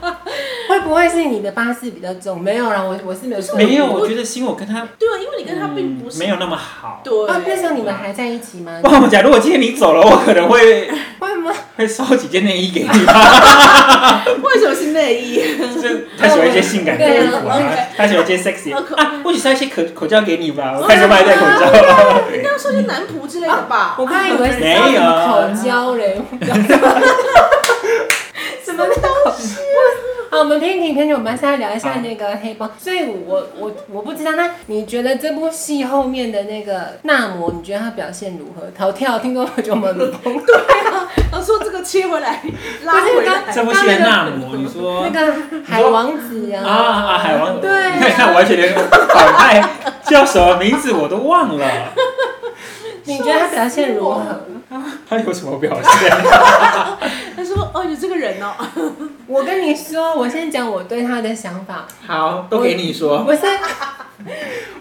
[SPEAKER 1] 会不会是你的巴士比较重？没有啦，我我是没有遇过，
[SPEAKER 2] 没有，我觉得是因为我跟他
[SPEAKER 3] 对啊，因为你跟他并不
[SPEAKER 2] 嗯
[SPEAKER 3] 是、
[SPEAKER 2] 没有那么好。
[SPEAKER 3] 对、
[SPEAKER 1] 啊，那时候你们还在一起吗
[SPEAKER 2] 不？然我假如我今天你走了，我可能会
[SPEAKER 1] 会吗？
[SPEAKER 2] 会烧几件内衣给你吧，
[SPEAKER 3] 为什么是内 衣？
[SPEAKER 2] 就是他喜欢一些性感的衣服
[SPEAKER 1] 对
[SPEAKER 2] 啊
[SPEAKER 3] 啊，
[SPEAKER 2] 他喜欢一些 sexy
[SPEAKER 3] 好可
[SPEAKER 2] 啊，或许塞一些口口罩给你吧，我看你卖戴口罩。
[SPEAKER 3] 应该要说些男仆之类的吧。
[SPEAKER 1] 啊我刚才以为是
[SPEAKER 2] 没
[SPEAKER 1] 烧什么
[SPEAKER 2] 有
[SPEAKER 1] 口
[SPEAKER 2] 啊
[SPEAKER 1] 胶嘞， 什么东西？ 好，我们偏题偏题，我们还是要聊一下那个黑帮。所以我我我不知道，那你觉得这部戏后面的那个纳摩，你觉得他表现如何？逃跳，听众朋友们崩溃。
[SPEAKER 3] 然后说这个切回 来，拉
[SPEAKER 1] 不是
[SPEAKER 3] 回
[SPEAKER 1] 刚
[SPEAKER 3] 来。
[SPEAKER 2] 这部戏的纳摩，你说
[SPEAKER 1] 那个海王子
[SPEAKER 2] 啊
[SPEAKER 1] 啊，
[SPEAKER 2] 啊，海王，
[SPEAKER 1] 对啊
[SPEAKER 2] 你看我完全连反派叫什么名字我都忘了，
[SPEAKER 1] 你觉得他表现如何？
[SPEAKER 2] 他有什么表现？
[SPEAKER 3] 他说：“哦，有这个人哦。
[SPEAKER 1] 我跟你说，我先讲我对他的想法。
[SPEAKER 2] 好，都给你说。
[SPEAKER 1] 不是，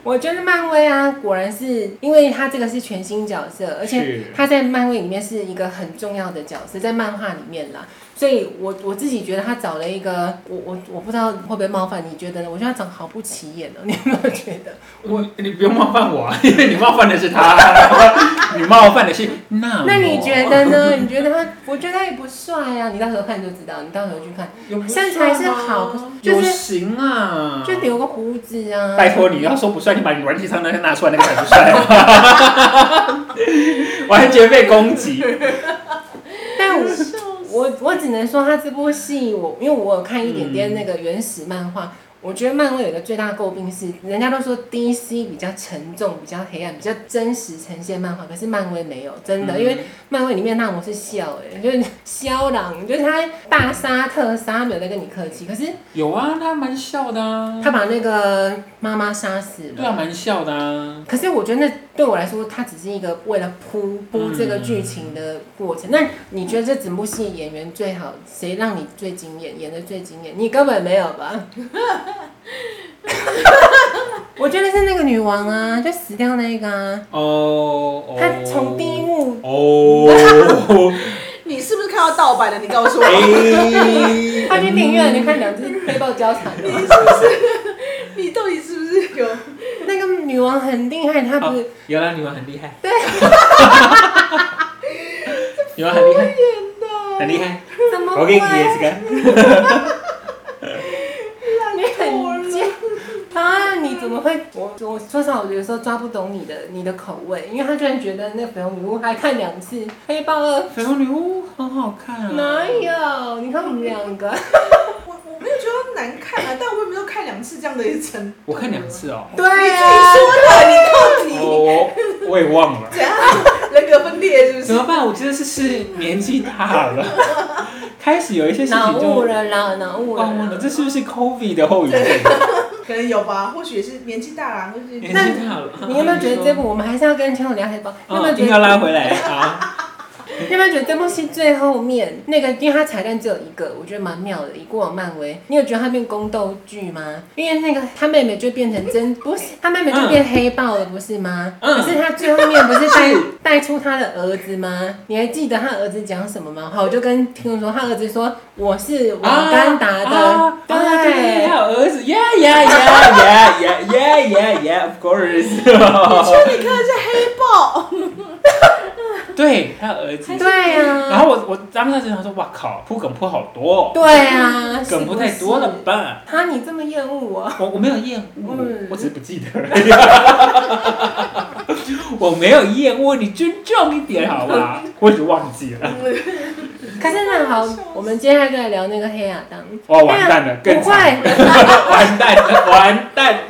[SPEAKER 1] 我觉得漫威啊，果然是因为他这个是全新角色，而且
[SPEAKER 2] 是
[SPEAKER 1] 他在漫威里面是一个很重要的角色，在漫画里面啦。所以我我自己觉得他找了一个，我我我不知道会不会冒犯你觉得呢？我觉得他长得好不起眼哦， 你有没有觉得？
[SPEAKER 2] 我你不用冒犯我啊， 因为你冒犯的是他， 你冒犯的是纳摩。
[SPEAKER 1] 那你觉得呢？你觉得他？我觉得他也不帅啊，你到时候看就知道，你到时候去看，
[SPEAKER 2] 有不
[SPEAKER 1] 身材是
[SPEAKER 2] 帅吗
[SPEAKER 1] 好，可是
[SPEAKER 2] 有
[SPEAKER 1] 就是
[SPEAKER 2] 型啊，
[SPEAKER 1] 就留个胡子啊。
[SPEAKER 2] 拜托你要说不帅，你把你软体上那个拿出来，那 个才不帅，完全被攻击。
[SPEAKER 1] 但我”
[SPEAKER 3] 笑死
[SPEAKER 1] 我我只能说，他这部戏我因为我有看一点点那个原始漫画，我觉得漫威有个最大的诟病是，人家都说 DC 比较沉重、比较黑暗、比较真实呈现漫画，可是漫威没有，真的，
[SPEAKER 2] 嗯
[SPEAKER 1] 因为漫威里面那我是笑哎、就是肖朗，就是他大杀特杀，他没有在跟你客气，可是
[SPEAKER 2] 有啊，他蛮笑的啊，
[SPEAKER 1] 他把那个妈妈杀死
[SPEAKER 2] 对啊，
[SPEAKER 1] 了。
[SPEAKER 2] 蛮笑的啊。
[SPEAKER 1] 可是我觉得那对我来说，它只是一个为了铺铺
[SPEAKER 2] 嗯
[SPEAKER 1] 这个剧情的过程。那你觉得这整部戏演员最好，谁让你最惊艳，演的最惊艳？你根本没有 吧？我觉得是那个女王啊，就死掉那个啊，
[SPEAKER 2] 哦，嗯哦
[SPEAKER 1] 她从第一幕
[SPEAKER 2] 哦，
[SPEAKER 3] 你是不是看到盗版的？你告诉我，
[SPEAKER 2] 哎，
[SPEAKER 1] 她去电影院，你看 两只黑豹交缠的嘛，
[SPEAKER 3] 你到底是不是有？
[SPEAKER 1] 那个女王王很厉害，
[SPEAKER 2] 啊
[SPEAKER 1] 他不是、
[SPEAKER 2] 有啦，女王很厉害。 对，女王啊很厉害，很厉害。
[SPEAKER 1] 啊怎么
[SPEAKER 2] 哎
[SPEAKER 1] 会
[SPEAKER 2] 我给你也是个，
[SPEAKER 1] 你很贱。啊！你怎么会？我我说实话，我有时候抓不懂你的你的口味，因为他居然觉得那绯红女巫还看两次《黑豹二》，
[SPEAKER 2] 绯红女巫很好看啊。
[SPEAKER 1] 哪有？你看我们两个，
[SPEAKER 3] 我我没有觉得难看啊，但我也没有看两次这样的一层。
[SPEAKER 2] 我看两次哦，
[SPEAKER 1] 对
[SPEAKER 3] 你自己
[SPEAKER 1] 啊，
[SPEAKER 3] 说的，你到底
[SPEAKER 2] 我我也忘了。
[SPEAKER 3] 怎样？人格分裂是不
[SPEAKER 2] 怎
[SPEAKER 3] 是？
[SPEAKER 2] 么办？我真的是是年纪大了，开始有一些事
[SPEAKER 1] 啊脑
[SPEAKER 2] 情就
[SPEAKER 1] 雾
[SPEAKER 2] 忘
[SPEAKER 1] 了啦，脑雾了
[SPEAKER 2] 忘了，
[SPEAKER 1] 啦。
[SPEAKER 2] 这是不是 COVID 的后遗症？
[SPEAKER 3] 可能有吧，或许也是年纪大了，或许
[SPEAKER 2] 年纪
[SPEAKER 1] 那
[SPEAKER 2] 大了，
[SPEAKER 1] 你有没有觉得这部？我们还是要跟千友聊黑豹？你有没
[SPEAKER 2] 哦
[SPEAKER 1] 有
[SPEAKER 2] 一
[SPEAKER 1] 觉
[SPEAKER 2] 定
[SPEAKER 1] 得
[SPEAKER 2] 要拉回来啊！
[SPEAKER 1] 你有没有觉得这部戏最后面那个，因为它彩蛋只有一个，我觉得蛮妙的。以过往漫威，你有觉得它变宫斗剧吗？因为那个他妹妹就变成真，不是他妹妹就变黑豹了，不是吗？
[SPEAKER 2] 嗯
[SPEAKER 1] 可是他最后面不是带带出他的儿子吗？你还记得他儿子讲什么吗？好，我就跟听众说，他儿子说我是瓦甘达的，
[SPEAKER 2] 啊啊对对对，
[SPEAKER 1] 对
[SPEAKER 2] 还。有儿子，Yeah Yeah Yeah Yeah Yeah Yeah Yeah Of course，
[SPEAKER 3] 丘比克是黑豹，
[SPEAKER 2] 对，还有儿子。
[SPEAKER 1] 对啊，
[SPEAKER 2] 然后我我当时就想说，哇靠，铺梗铺好多哦，
[SPEAKER 1] 对啊，
[SPEAKER 2] 梗铺太多了吧？
[SPEAKER 1] 是不是？啊，你这么厌恶我，
[SPEAKER 2] 我我没有厌恶
[SPEAKER 1] 嗯，
[SPEAKER 2] 我只是不记得而已。 我没有厌恶，你尊重一点好吧？我已经忘记了，
[SPEAKER 1] 可是那好，我们接下来就来聊那个黑亚当。
[SPEAKER 2] 哇，哦完蛋了，更
[SPEAKER 1] 不
[SPEAKER 2] 惨了，
[SPEAKER 1] 会，
[SPEAKER 2] 完蛋了，完蛋了。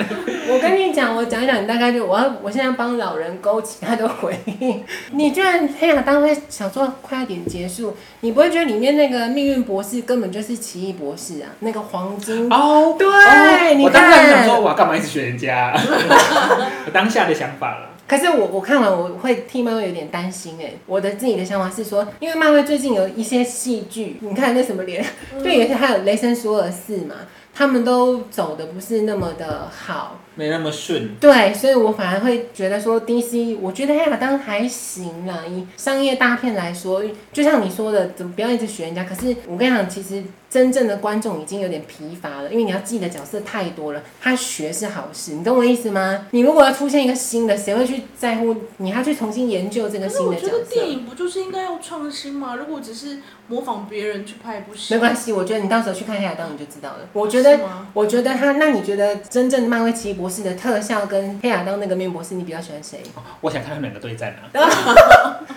[SPEAKER 1] 我跟你讲，我讲一讲，你大概就我要我现在帮老人勾起他的回忆。你居然黑亚当会想说快点结束，你不会觉得里面那个命运博士根本就是奇异博士啊？那个黄金，
[SPEAKER 2] 哦，
[SPEAKER 1] 对
[SPEAKER 2] 哦
[SPEAKER 1] 你
[SPEAKER 2] 我当下
[SPEAKER 1] 看
[SPEAKER 2] 就想说，我干嘛一直学人家？ 我当下的想法了。
[SPEAKER 1] 可是我我看完我会替漫威有点担心哎、我的自己的想法是说，因为漫威最近有一些戏剧，你看那什么连，对，也是还有雷神索尔四嘛，他们都走的不是那么的好。
[SPEAKER 2] 没那么顺，
[SPEAKER 1] 对，所以我反而会觉得说，DC，我觉得黑亚当还行啦，以商业大片来说，就像你说的，怎么不要一直学人家？可是我跟你讲，其实真正的观众已经有点疲乏了，因为你要记的角色太多了，他学是好事，你懂我意思吗？你如果要出现一个新的，谁会去在乎你？还要去重新研究这个
[SPEAKER 3] 可是
[SPEAKER 1] 新
[SPEAKER 3] 我
[SPEAKER 1] 的角
[SPEAKER 3] 觉得电
[SPEAKER 1] 色？
[SPEAKER 3] 影不就是应该要创新吗？如果只是模仿别人去拍不行，
[SPEAKER 1] 没关系，我觉得你到时候去看黑亚当你就知道了。我觉得
[SPEAKER 3] 是吗，
[SPEAKER 1] 我觉得他，那你觉得真正漫威奇异博士的特效跟黑亚当那个面博士，你比较喜欢谁？
[SPEAKER 2] 我想看他们两个对战啊。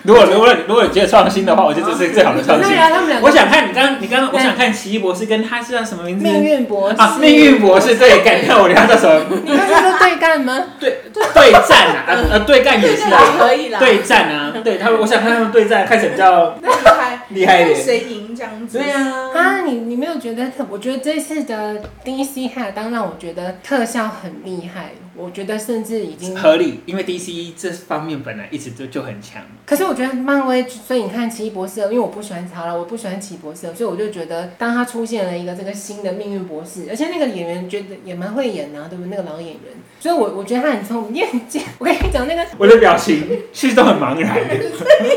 [SPEAKER 2] 如果如果如果你觉得创新的话，我觉得这是最好的创
[SPEAKER 1] 那
[SPEAKER 2] 新。
[SPEAKER 1] 聊他们两个
[SPEAKER 2] 我。想看你刚你刚刚，
[SPEAKER 1] 对
[SPEAKER 2] 我想看奇异博士跟他是叫什么名字？
[SPEAKER 1] 命运博士
[SPEAKER 2] 啊，命运博士对干，那我聊叫什么？
[SPEAKER 1] 你们是说对干吗？
[SPEAKER 2] 对对战 啊，呃呃对干也是
[SPEAKER 3] 对啦
[SPEAKER 2] 啊，
[SPEAKER 3] 可以啦，
[SPEAKER 2] 对战啊，对他们，我想看他们对战，看谁比较
[SPEAKER 3] 厉害
[SPEAKER 2] 厉害一
[SPEAKER 3] 看
[SPEAKER 2] 点。
[SPEAKER 3] 谁赢这样子。
[SPEAKER 2] 对啊，
[SPEAKER 1] 啊，你你没有觉得特？我觉得这次的 DC 哈，当让我觉得特效很厉害，我觉得甚至已经。
[SPEAKER 2] 合理，因为 DC 这方面本来一直就就很强。
[SPEAKER 1] 可是我觉得漫威，所以你看奇异博士，因为我不喜欢好了，我不喜欢奇异博士，所以我就觉得当他出现了一个这个新的命运博士，而且那个演员觉得也蛮会演啊，对不对？那个老演员，所以我我觉得他很聪明。你很贱，我跟你讲那 个
[SPEAKER 2] 我的表情是都很茫然的，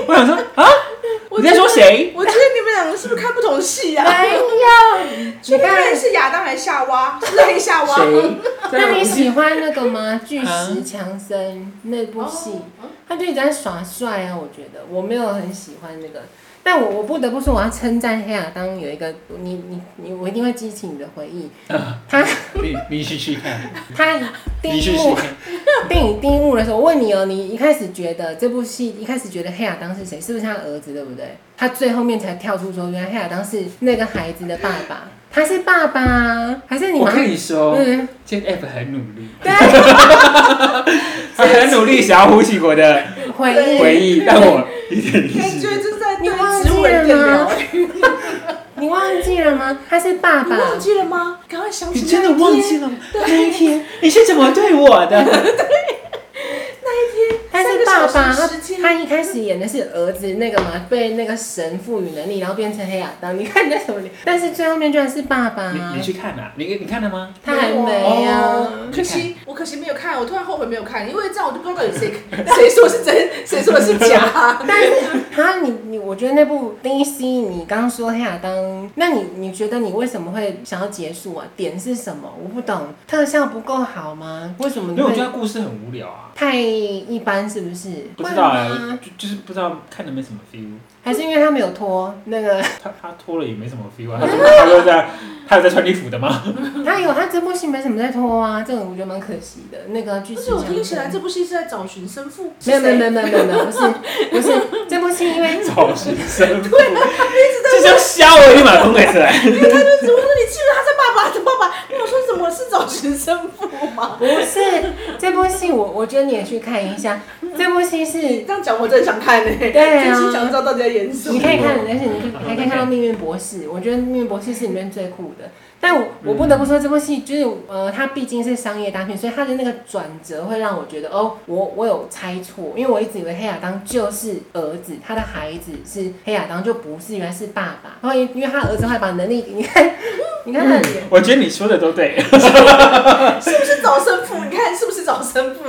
[SPEAKER 2] 我想说啊，
[SPEAKER 3] 我
[SPEAKER 2] 你在说谁？
[SPEAKER 3] 我觉得你们两个是不是看不同戏呀、啊？
[SPEAKER 1] 没有，
[SPEAKER 3] 确
[SPEAKER 1] 你
[SPEAKER 3] 定
[SPEAKER 1] 看
[SPEAKER 3] 是亚当还是夏娃？是不是黑夏娃？哦
[SPEAKER 2] 谁？
[SPEAKER 1] 那你喜欢那个吗？巨石强森那部戏，
[SPEAKER 3] 哦
[SPEAKER 1] 他就一直在耍帅啊，我觉得我没有很喜欢那个。但我我不得不说，我要称赞黑亚当有一个，你你你，我一定会激起你的回 忆。他
[SPEAKER 2] 你你去 去看，
[SPEAKER 1] 他第
[SPEAKER 2] 你
[SPEAKER 1] 一
[SPEAKER 2] 去去
[SPEAKER 1] 幕
[SPEAKER 2] 看。
[SPEAKER 1] 电影第一幕的时候，我问你哦，你一开始觉得这部戏一开始觉得黑亚当是谁？是不是他儿子？对不对？他最后面才跳出说，原来黑亚当是那个孩子的爸爸，他是爸爸啊，还是你
[SPEAKER 2] 我哦
[SPEAKER 1] 妈？
[SPEAKER 2] 跟你说，
[SPEAKER 1] 嗯，
[SPEAKER 2] 这个 app 很努 力，
[SPEAKER 1] 对，
[SPEAKER 2] 他很努力想要呼起我的
[SPEAKER 1] 回忆
[SPEAKER 2] 回忆，但我一点意
[SPEAKER 3] 感
[SPEAKER 2] 识
[SPEAKER 3] 觉哎就是在
[SPEAKER 1] 你忘
[SPEAKER 3] 对
[SPEAKER 1] 记
[SPEAKER 3] 植物人电
[SPEAKER 1] 了
[SPEAKER 3] 疗
[SPEAKER 1] 吗。？你忘记了吗？他是爸
[SPEAKER 3] 你
[SPEAKER 1] 爸。
[SPEAKER 3] 忘记了吗？赶快想起
[SPEAKER 2] 你真的
[SPEAKER 3] 哦那一天
[SPEAKER 2] 忘记了吗？那一天你是怎么对我的？
[SPEAKER 1] 他是爸爸，
[SPEAKER 3] 三个小
[SPEAKER 1] 他
[SPEAKER 3] 时时间
[SPEAKER 1] 他一开始演的是儿子那个嘛，被那个神赋予能力，然后变成黑亚当。你看你在什么脸？但
[SPEAKER 3] 嗯
[SPEAKER 1] 是最后面居然是爸爸
[SPEAKER 2] 你
[SPEAKER 1] 啊
[SPEAKER 2] 你！去看啊？你你看了吗？
[SPEAKER 1] 他还没
[SPEAKER 2] 哦
[SPEAKER 1] 啊。
[SPEAKER 3] 可惜我可惜没有看，我突然后悔没有看，因为这样我就不知道到底谁 谁说是真，谁说的是假。
[SPEAKER 1] 但是他，你你，我觉得那部 DC，你刚说黑亚当，那你你觉得你为什么会想要结束啊？点是什么？我不懂，特效不够好吗？为什么
[SPEAKER 2] 因
[SPEAKER 1] 你
[SPEAKER 2] 为我觉
[SPEAKER 1] 会
[SPEAKER 2] 得故事很无聊啊，
[SPEAKER 1] 太一般？是不是？
[SPEAKER 2] 不知道
[SPEAKER 1] 会
[SPEAKER 2] 哎、
[SPEAKER 1] 吗
[SPEAKER 2] 就就是不知道看着没什么 feel，
[SPEAKER 1] 还是因为他没有脱那个？
[SPEAKER 2] 他他脱了也没什么 feel 啊，他他又在他有在穿礼服的吗？
[SPEAKER 1] 他有他这部戏没什么在脱啊，这个我觉得蛮可惜的。那个剧
[SPEAKER 3] 不
[SPEAKER 1] 情
[SPEAKER 3] 是我听起来
[SPEAKER 1] 讲
[SPEAKER 3] 这部戏是在找寻生父，
[SPEAKER 1] 没有没有没有没有没有没有，不是不是这部戏，因为
[SPEAKER 2] 找寻生父，这
[SPEAKER 3] 啊
[SPEAKER 2] 就瞎我立马攻给起来。
[SPEAKER 3] 有，我说你记得他是爸爸，他爸爸，我说怎么是找寻生父吗？
[SPEAKER 1] 不是这部戏我，我觉得你也去看一下。这部戏是
[SPEAKER 3] 你这样讲我真的想看呢、欸，
[SPEAKER 1] 对啊
[SPEAKER 3] 真心想知道到底在演什
[SPEAKER 1] 你
[SPEAKER 3] 么。
[SPEAKER 1] 可以看，而且你还可以看到《命运博士》，我觉得《命运博士》是里面最酷的。但我我不得不说，这部戏就是呃，它毕竟是商业大片，所以它的那个转折会让我觉得哦，我我有猜错，因为我一直以为黑亚当就是儿子，他的孩子是黑亚当，就不是，原来是爸爸。然后因因为他儿子会把能力，你看， 你看他的脸，
[SPEAKER 2] 我觉得你说的都对，
[SPEAKER 3] 是不是找生父？你看是不是找 生父？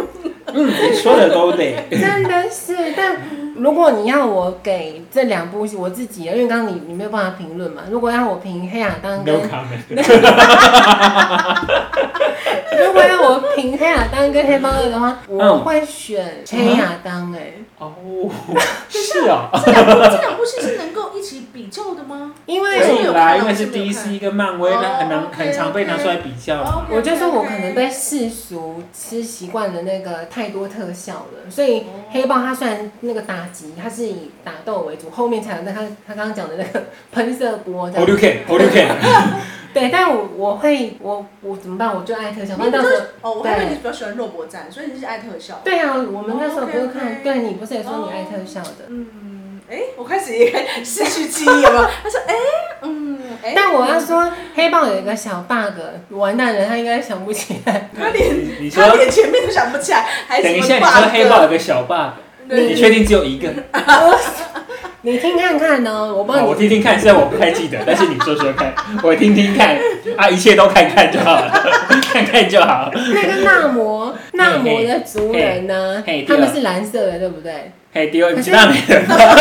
[SPEAKER 2] 嗯，你说的都 对。
[SPEAKER 1] 真的是，但如果你要我给这两部戏我自己，啊因为刚刚你你没有办法评论嘛，如果要我评黑亚当跟
[SPEAKER 2] No comment。
[SPEAKER 1] 如果要我评黑亚当跟黑豹二的话，
[SPEAKER 3] 嗯
[SPEAKER 1] 我会选黑亚当哎、
[SPEAKER 2] 哦，是啊，
[SPEAKER 3] 这两部这两部戏是能够一起比较的吗？
[SPEAKER 1] 因
[SPEAKER 3] 我是
[SPEAKER 1] 为
[SPEAKER 3] 没有
[SPEAKER 2] 是
[SPEAKER 3] 看
[SPEAKER 2] 啦，
[SPEAKER 3] 到
[SPEAKER 2] 因为是
[SPEAKER 3] 我是没有看
[SPEAKER 2] DC 跟漫威，那很
[SPEAKER 3] 哦
[SPEAKER 2] 难
[SPEAKER 3] ，OK，哦
[SPEAKER 2] 很常被
[SPEAKER 3] OK
[SPEAKER 2] 拿出来比较嘛。
[SPEAKER 1] 哦我就说我可能被世俗吃习惯了那个太多特效了，所以黑豹它虽然那个打击它是以打斗为主，后面才有那他他刚刚讲的那个喷射波这
[SPEAKER 3] 哦
[SPEAKER 2] Hold you
[SPEAKER 1] 样，
[SPEAKER 2] can, hold you can。
[SPEAKER 1] 对，但我我会我我怎么办？我就爱特效，那到时候。
[SPEAKER 3] 哦，我还以为你比较喜欢肉搏战，所以你是爱特效。
[SPEAKER 1] 对啊，我们那时候不是
[SPEAKER 3] 哦
[SPEAKER 1] 看，
[SPEAKER 3] ，OK，OK
[SPEAKER 1] 对你不是也说你爱特效的？
[SPEAKER 3] 嗯，哎，我开始也失去记忆了。他说，哎，嗯，哎，
[SPEAKER 1] 但我要说，黑豹有一个小 bug，完蛋了，他应该想不起来。
[SPEAKER 3] 他连
[SPEAKER 2] 你你说
[SPEAKER 3] 他，连前面都想不起来，还
[SPEAKER 2] 等
[SPEAKER 3] 什
[SPEAKER 2] 一
[SPEAKER 3] 么
[SPEAKER 2] 下，你
[SPEAKER 3] bug
[SPEAKER 2] 说黑豹有个小 bug，
[SPEAKER 3] 对
[SPEAKER 2] 你确定只有一个？
[SPEAKER 1] 你听看看呢，我帮
[SPEAKER 2] 好，
[SPEAKER 1] 你。
[SPEAKER 2] 我听听看，虽然我不太记得，但是你说说看，我听听看啊，一切都看看就好了，看看就好。
[SPEAKER 1] 那个纳摩，纳摩的族人呢
[SPEAKER 2] 嘿嘿嘿，
[SPEAKER 1] 他们是蓝色的，对不对？
[SPEAKER 2] 嘿，第二，
[SPEAKER 1] 可
[SPEAKER 2] 你
[SPEAKER 1] 是
[SPEAKER 2] 知道没人吗？哎，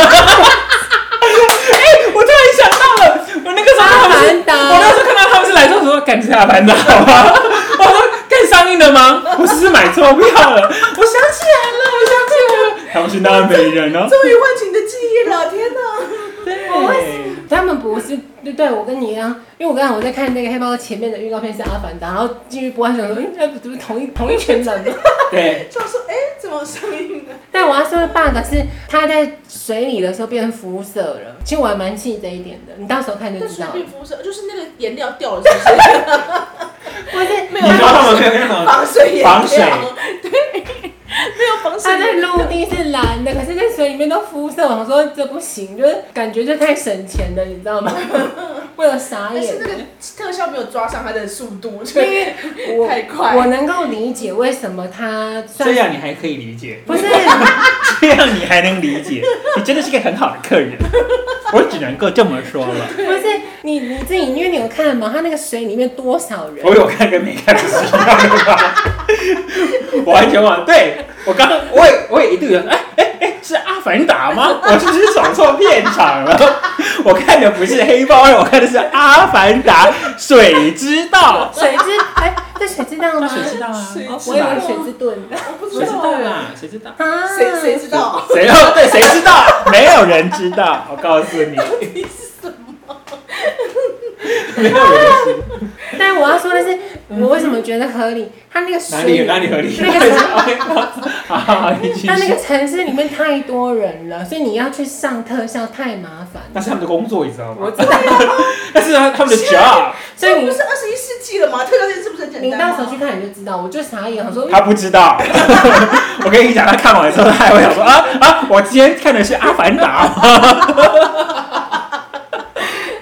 [SPEAKER 2] 我突然想到了，我那个时候
[SPEAKER 1] 阿
[SPEAKER 2] 他们是
[SPEAKER 1] 凡
[SPEAKER 2] 我那
[SPEAKER 1] 达，
[SPEAKER 2] 时候看到他们是来的时候说，干是阿凡达好吗？我说干上映了吗？我是不是买错票了，我想起来了，我想起来了，他们是纳美人哦。
[SPEAKER 3] 终于唤起你的记忆了，天哪！
[SPEAKER 2] 对，
[SPEAKER 1] 他们不是对对，我跟你一样，因为我刚才我在看那个黑豹前面的预告片是阿凡达，然后继续播，想说，嗯，这不是同一同一群人 吗？
[SPEAKER 2] 对，
[SPEAKER 3] 想说，哎，怎么上映了？
[SPEAKER 1] 但我要说的 bug 是他在水里的时候变肤色了，其实我还蛮气这一点的，你到时候看就
[SPEAKER 3] 但
[SPEAKER 1] 知
[SPEAKER 3] 水
[SPEAKER 1] 道了
[SPEAKER 3] 变。肤色，就是那个颜料掉了，是不
[SPEAKER 1] 不是
[SPEAKER 3] 是？没有
[SPEAKER 2] 你说他们没有那 种
[SPEAKER 3] 防水颜料，
[SPEAKER 2] 防水
[SPEAKER 3] 对，没有防水
[SPEAKER 1] 它在
[SPEAKER 3] 颜料。
[SPEAKER 1] 陆地是蓝的，可是在水里面都肤色。我说这不行，就是感觉就太省钱了，你知道吗？ 为了傻
[SPEAKER 3] 但
[SPEAKER 1] 眼
[SPEAKER 3] 是。那个特效没有抓上它的速度，
[SPEAKER 1] 因
[SPEAKER 3] 所以
[SPEAKER 1] 为我
[SPEAKER 3] 太快
[SPEAKER 1] 我能够理解为什么他算
[SPEAKER 2] 这样你还可以理解，
[SPEAKER 1] 不是
[SPEAKER 2] 这样你还能理 解，你真的是个很好的客人，我只能够这么说了。
[SPEAKER 1] 不是你你自己，因为你有看嘛，他那个水里面多少人？
[SPEAKER 2] 我有看跟没看不是一样的吗？我完全忘了。对我刚，我也我也一度有，哎哎哎，是阿凡达吗？我是不是走错片场了？我看的不是黑豹二，我看的是阿凡达水之道。
[SPEAKER 1] 水之哎，这水知道吗？
[SPEAKER 2] 水之道啊，
[SPEAKER 3] 水
[SPEAKER 1] 哦
[SPEAKER 2] 是
[SPEAKER 1] 我以
[SPEAKER 2] 吧
[SPEAKER 1] 为水之盾
[SPEAKER 3] 我不
[SPEAKER 2] 水
[SPEAKER 3] 知
[SPEAKER 2] 之
[SPEAKER 3] 道
[SPEAKER 2] 道
[SPEAKER 3] 啊，
[SPEAKER 2] 啦，谁知道？
[SPEAKER 1] 啊，
[SPEAKER 3] 谁谁知道？
[SPEAKER 2] 谁哦？对，谁知道？没有人知道，我告诉你，
[SPEAKER 3] 你是什么？
[SPEAKER 2] 没有人知道。
[SPEAKER 1] 但我要说的是，我为什么觉得合理？他那个水
[SPEAKER 2] 哪里有哪里合理？
[SPEAKER 1] 那个
[SPEAKER 2] 好好，你继
[SPEAKER 1] 他那
[SPEAKER 2] 续
[SPEAKER 1] 个。城市里面太多人了，所以你要去上特效太麻烦
[SPEAKER 2] 那
[SPEAKER 1] 了。
[SPEAKER 2] 是他们的工作，你知道吗？
[SPEAKER 1] 我知道， 啊
[SPEAKER 2] 那是他他们的 job。
[SPEAKER 1] 所以
[SPEAKER 3] 这不
[SPEAKER 1] 你
[SPEAKER 3] 是二十一世纪了吗？特效这是不是很简
[SPEAKER 1] 你
[SPEAKER 3] 单？
[SPEAKER 1] 到时候去看你就知道。我就傻眼，我说
[SPEAKER 2] 他不知道， 我跟你讲，他看完之后，他还会想说啊啊，我今天看的是《阿凡达》，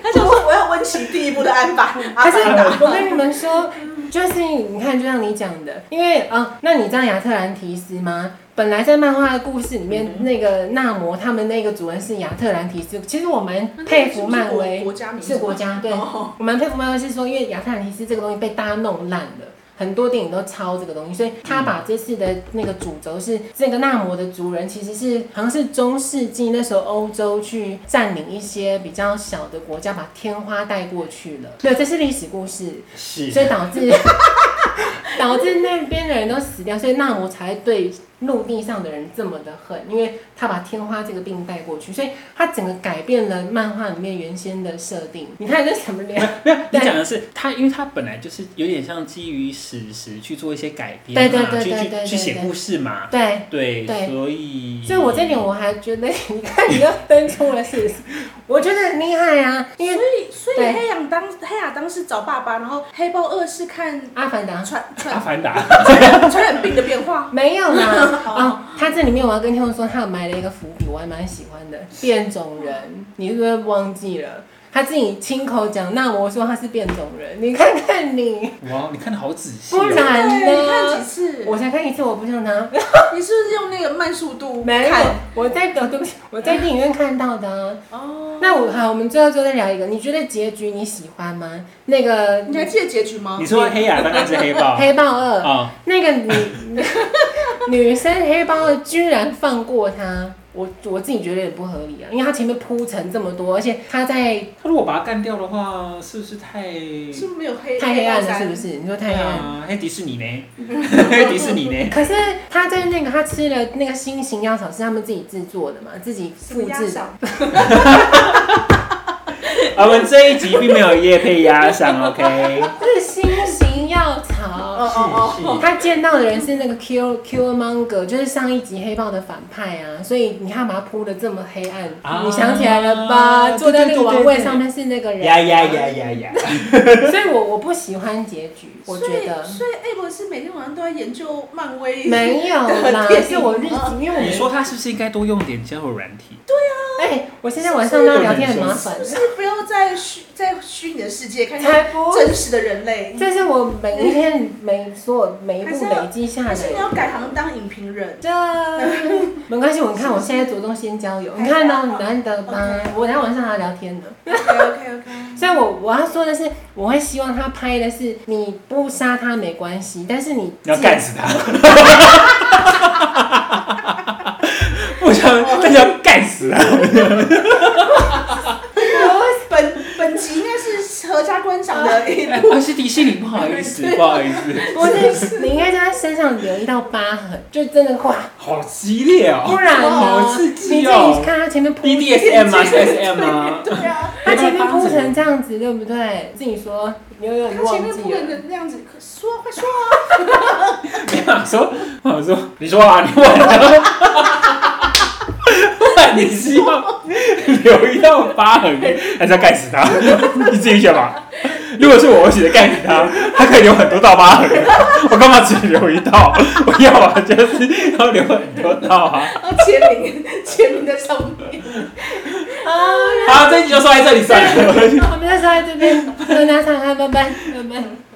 [SPEAKER 3] 他想说我要温习第一部的安啊法，阿
[SPEAKER 1] 可是
[SPEAKER 3] 凡达。
[SPEAKER 1] 我跟你们说，就是你看，就像你讲的，因为啊、呃那你知道亚特兰提斯吗？本来在漫画的故事里面，那个纳摩他们那个主人是亚特兰提斯。其实我蛮佩服漫威，
[SPEAKER 3] 那是不是国国家名字
[SPEAKER 1] 是国家，对，
[SPEAKER 3] 哦
[SPEAKER 1] 我蛮佩服漫威是说，因为亚特兰提斯这个东西被大家弄烂了。很多电影都抄这个东西，所以他把这次的那个主轴是这个纳摩的族人其实是好像是中世纪那时候欧洲去占领一些比较小的国家，把天花带过去了。对，这是历史故事，
[SPEAKER 2] 是
[SPEAKER 1] 所以导致导致那边的人都死掉，所以纳摩才对陆地上的人这么的恨，因为他把天花这个病带过去，所以他整个改变了漫画里面原先的设定。你看这什么脸？
[SPEAKER 2] 没有，你讲的是他，因为他本来就是有点像基于史实去做一些改编
[SPEAKER 1] 对
[SPEAKER 2] 嘛，
[SPEAKER 1] 对对对
[SPEAKER 2] 去
[SPEAKER 1] 对
[SPEAKER 2] 去
[SPEAKER 1] 对
[SPEAKER 2] 去写
[SPEAKER 1] 对
[SPEAKER 2] 故事嘛，
[SPEAKER 1] 对，
[SPEAKER 2] 对，
[SPEAKER 1] 对
[SPEAKER 2] 所以
[SPEAKER 1] 所以我这点我还觉得，你看你又登出了事实，我觉得很厉害啊，因为
[SPEAKER 3] 所以所以
[SPEAKER 1] 对
[SPEAKER 3] 黑亚当黑亚当是找爸爸，然后黑豹二是看
[SPEAKER 1] 阿凡达。
[SPEAKER 3] 传
[SPEAKER 2] 阿
[SPEAKER 3] 传
[SPEAKER 2] 凡达
[SPEAKER 3] 传染病的 变化。
[SPEAKER 1] 没有 啦，哦，他这里面我要跟听众说，他有埋了一个伏笔，我还蛮喜欢的。变种人，你是不是忘记了？他自己亲口讲，那我说他是变种人，你看看 你，
[SPEAKER 2] 哇，你看的好仔细、
[SPEAKER 1] 不啊
[SPEAKER 2] 哦，
[SPEAKER 1] 然
[SPEAKER 3] 对，你看几
[SPEAKER 1] 呢？
[SPEAKER 3] 次？
[SPEAKER 1] 我才看一次，我不想拿。
[SPEAKER 3] 你是不是用那个慢速度
[SPEAKER 1] 没有
[SPEAKER 3] 看？，
[SPEAKER 1] 我在等，对不起，我在电影院看到的啊、
[SPEAKER 3] 哦，
[SPEAKER 1] 那我好，我们最后就再聊一个，你觉得结局你喜欢吗？那个
[SPEAKER 3] 你还记得结局吗
[SPEAKER 2] 你？说黑亚当那只黑豹
[SPEAKER 1] 黑豹二，
[SPEAKER 2] 啊、
[SPEAKER 1] 那个女 女生黑帮的居然放过他，我我自己觉得也不合理啊，因为他前面铺陈这么多，而且他在
[SPEAKER 2] 他如果把它干掉的话，是不是太？
[SPEAKER 3] 是不是没有黑
[SPEAKER 1] 太黑暗了，是不
[SPEAKER 3] 是？
[SPEAKER 1] 是？你说太
[SPEAKER 2] 对
[SPEAKER 1] 黑暗了。
[SPEAKER 2] 啊，黑迪士 尼呢？黑迪士尼呢？
[SPEAKER 1] 可是他在那个他吃了那个新型药草是他们自己制作的嘛，自己复制的。
[SPEAKER 2] 啊我们这一集并没有夜配 压上，OK？
[SPEAKER 1] 是新型药
[SPEAKER 3] 哦
[SPEAKER 1] 草。
[SPEAKER 3] 哦
[SPEAKER 2] 是
[SPEAKER 3] 哦，
[SPEAKER 2] 是
[SPEAKER 1] 他见到的人是那个 Q Q Monger，就是上一集黑豹的反派啊，所以你看把它铺的这么黑暗，
[SPEAKER 2] 啊
[SPEAKER 1] 你想起来了吧？
[SPEAKER 2] 对
[SPEAKER 1] 坐在那
[SPEAKER 2] 对
[SPEAKER 1] 个
[SPEAKER 2] 对
[SPEAKER 1] 王
[SPEAKER 2] 对
[SPEAKER 1] 位
[SPEAKER 2] 对
[SPEAKER 1] 上面是那个人，啊
[SPEAKER 2] 呀呀呀呀呀！
[SPEAKER 1] 所以我我不喜欢结局，我觉 得
[SPEAKER 3] 所以所以艾博士每天晚上都在研究漫威。
[SPEAKER 1] 没有啦，是我日子， 因为我
[SPEAKER 2] 你说他是不是应该多用点交友软体？
[SPEAKER 1] 哎、我现在晚上跟他聊天很麻烦
[SPEAKER 3] 不，啊是不要在虚在虚拟的世界看
[SPEAKER 1] 才
[SPEAKER 3] 看
[SPEAKER 1] 不
[SPEAKER 3] 真实的人类，
[SPEAKER 1] 这是我每一天每所有每一步累积下来
[SPEAKER 3] 还是你
[SPEAKER 1] 的。
[SPEAKER 3] 要改行当影 评人？
[SPEAKER 1] 这没关系，我看我现在着重先交
[SPEAKER 3] 哎
[SPEAKER 1] 友，你看到难得吧？我等一下晚上还要聊天呢。
[SPEAKER 3] OK OK OK，
[SPEAKER 1] 所以我我要说的是，我会希望他拍的是你不杀他没关系，但是你
[SPEAKER 2] 你要 干死他！我想，
[SPEAKER 1] 哦
[SPEAKER 2] 但是要干死他！
[SPEAKER 3] 本本集应该是合家观赏的一 部。
[SPEAKER 2] 我是迪士尼，不好意思，不好意思，
[SPEAKER 1] 不是你应该在他身上留一道疤痕，就真的哇，
[SPEAKER 2] 好激烈
[SPEAKER 1] 不
[SPEAKER 2] 哦
[SPEAKER 1] 然呢？
[SPEAKER 2] 好刺
[SPEAKER 1] 你
[SPEAKER 2] 激
[SPEAKER 1] 自
[SPEAKER 2] 哦
[SPEAKER 1] 己看他前面铺
[SPEAKER 2] ！BDSM 啊，SM 啊，
[SPEAKER 3] 对啊，
[SPEAKER 1] 他前面铺成这样子，对不对？自己说，你有点
[SPEAKER 3] 他前
[SPEAKER 1] 忘
[SPEAKER 3] 面
[SPEAKER 1] 记
[SPEAKER 3] 不可
[SPEAKER 1] 了。
[SPEAKER 3] 能那样子，可说快说啊！
[SPEAKER 2] 没有 说， 我说，你说啊，你问啊， 不然你是要留一道疤痕，还是要干死他？ 你自己选吧。如果是我，我选择干死他，他可以留很多道疤痕，我干嘛只留一道？ 我要啊，就是要留很多道啊。
[SPEAKER 3] 然后哦签名，签名在上面。
[SPEAKER 1] 啊，
[SPEAKER 2] 好，这一集就说在这里算了。
[SPEAKER 1] 我们那时候在这边跟大家上看，拜拜，拜拜。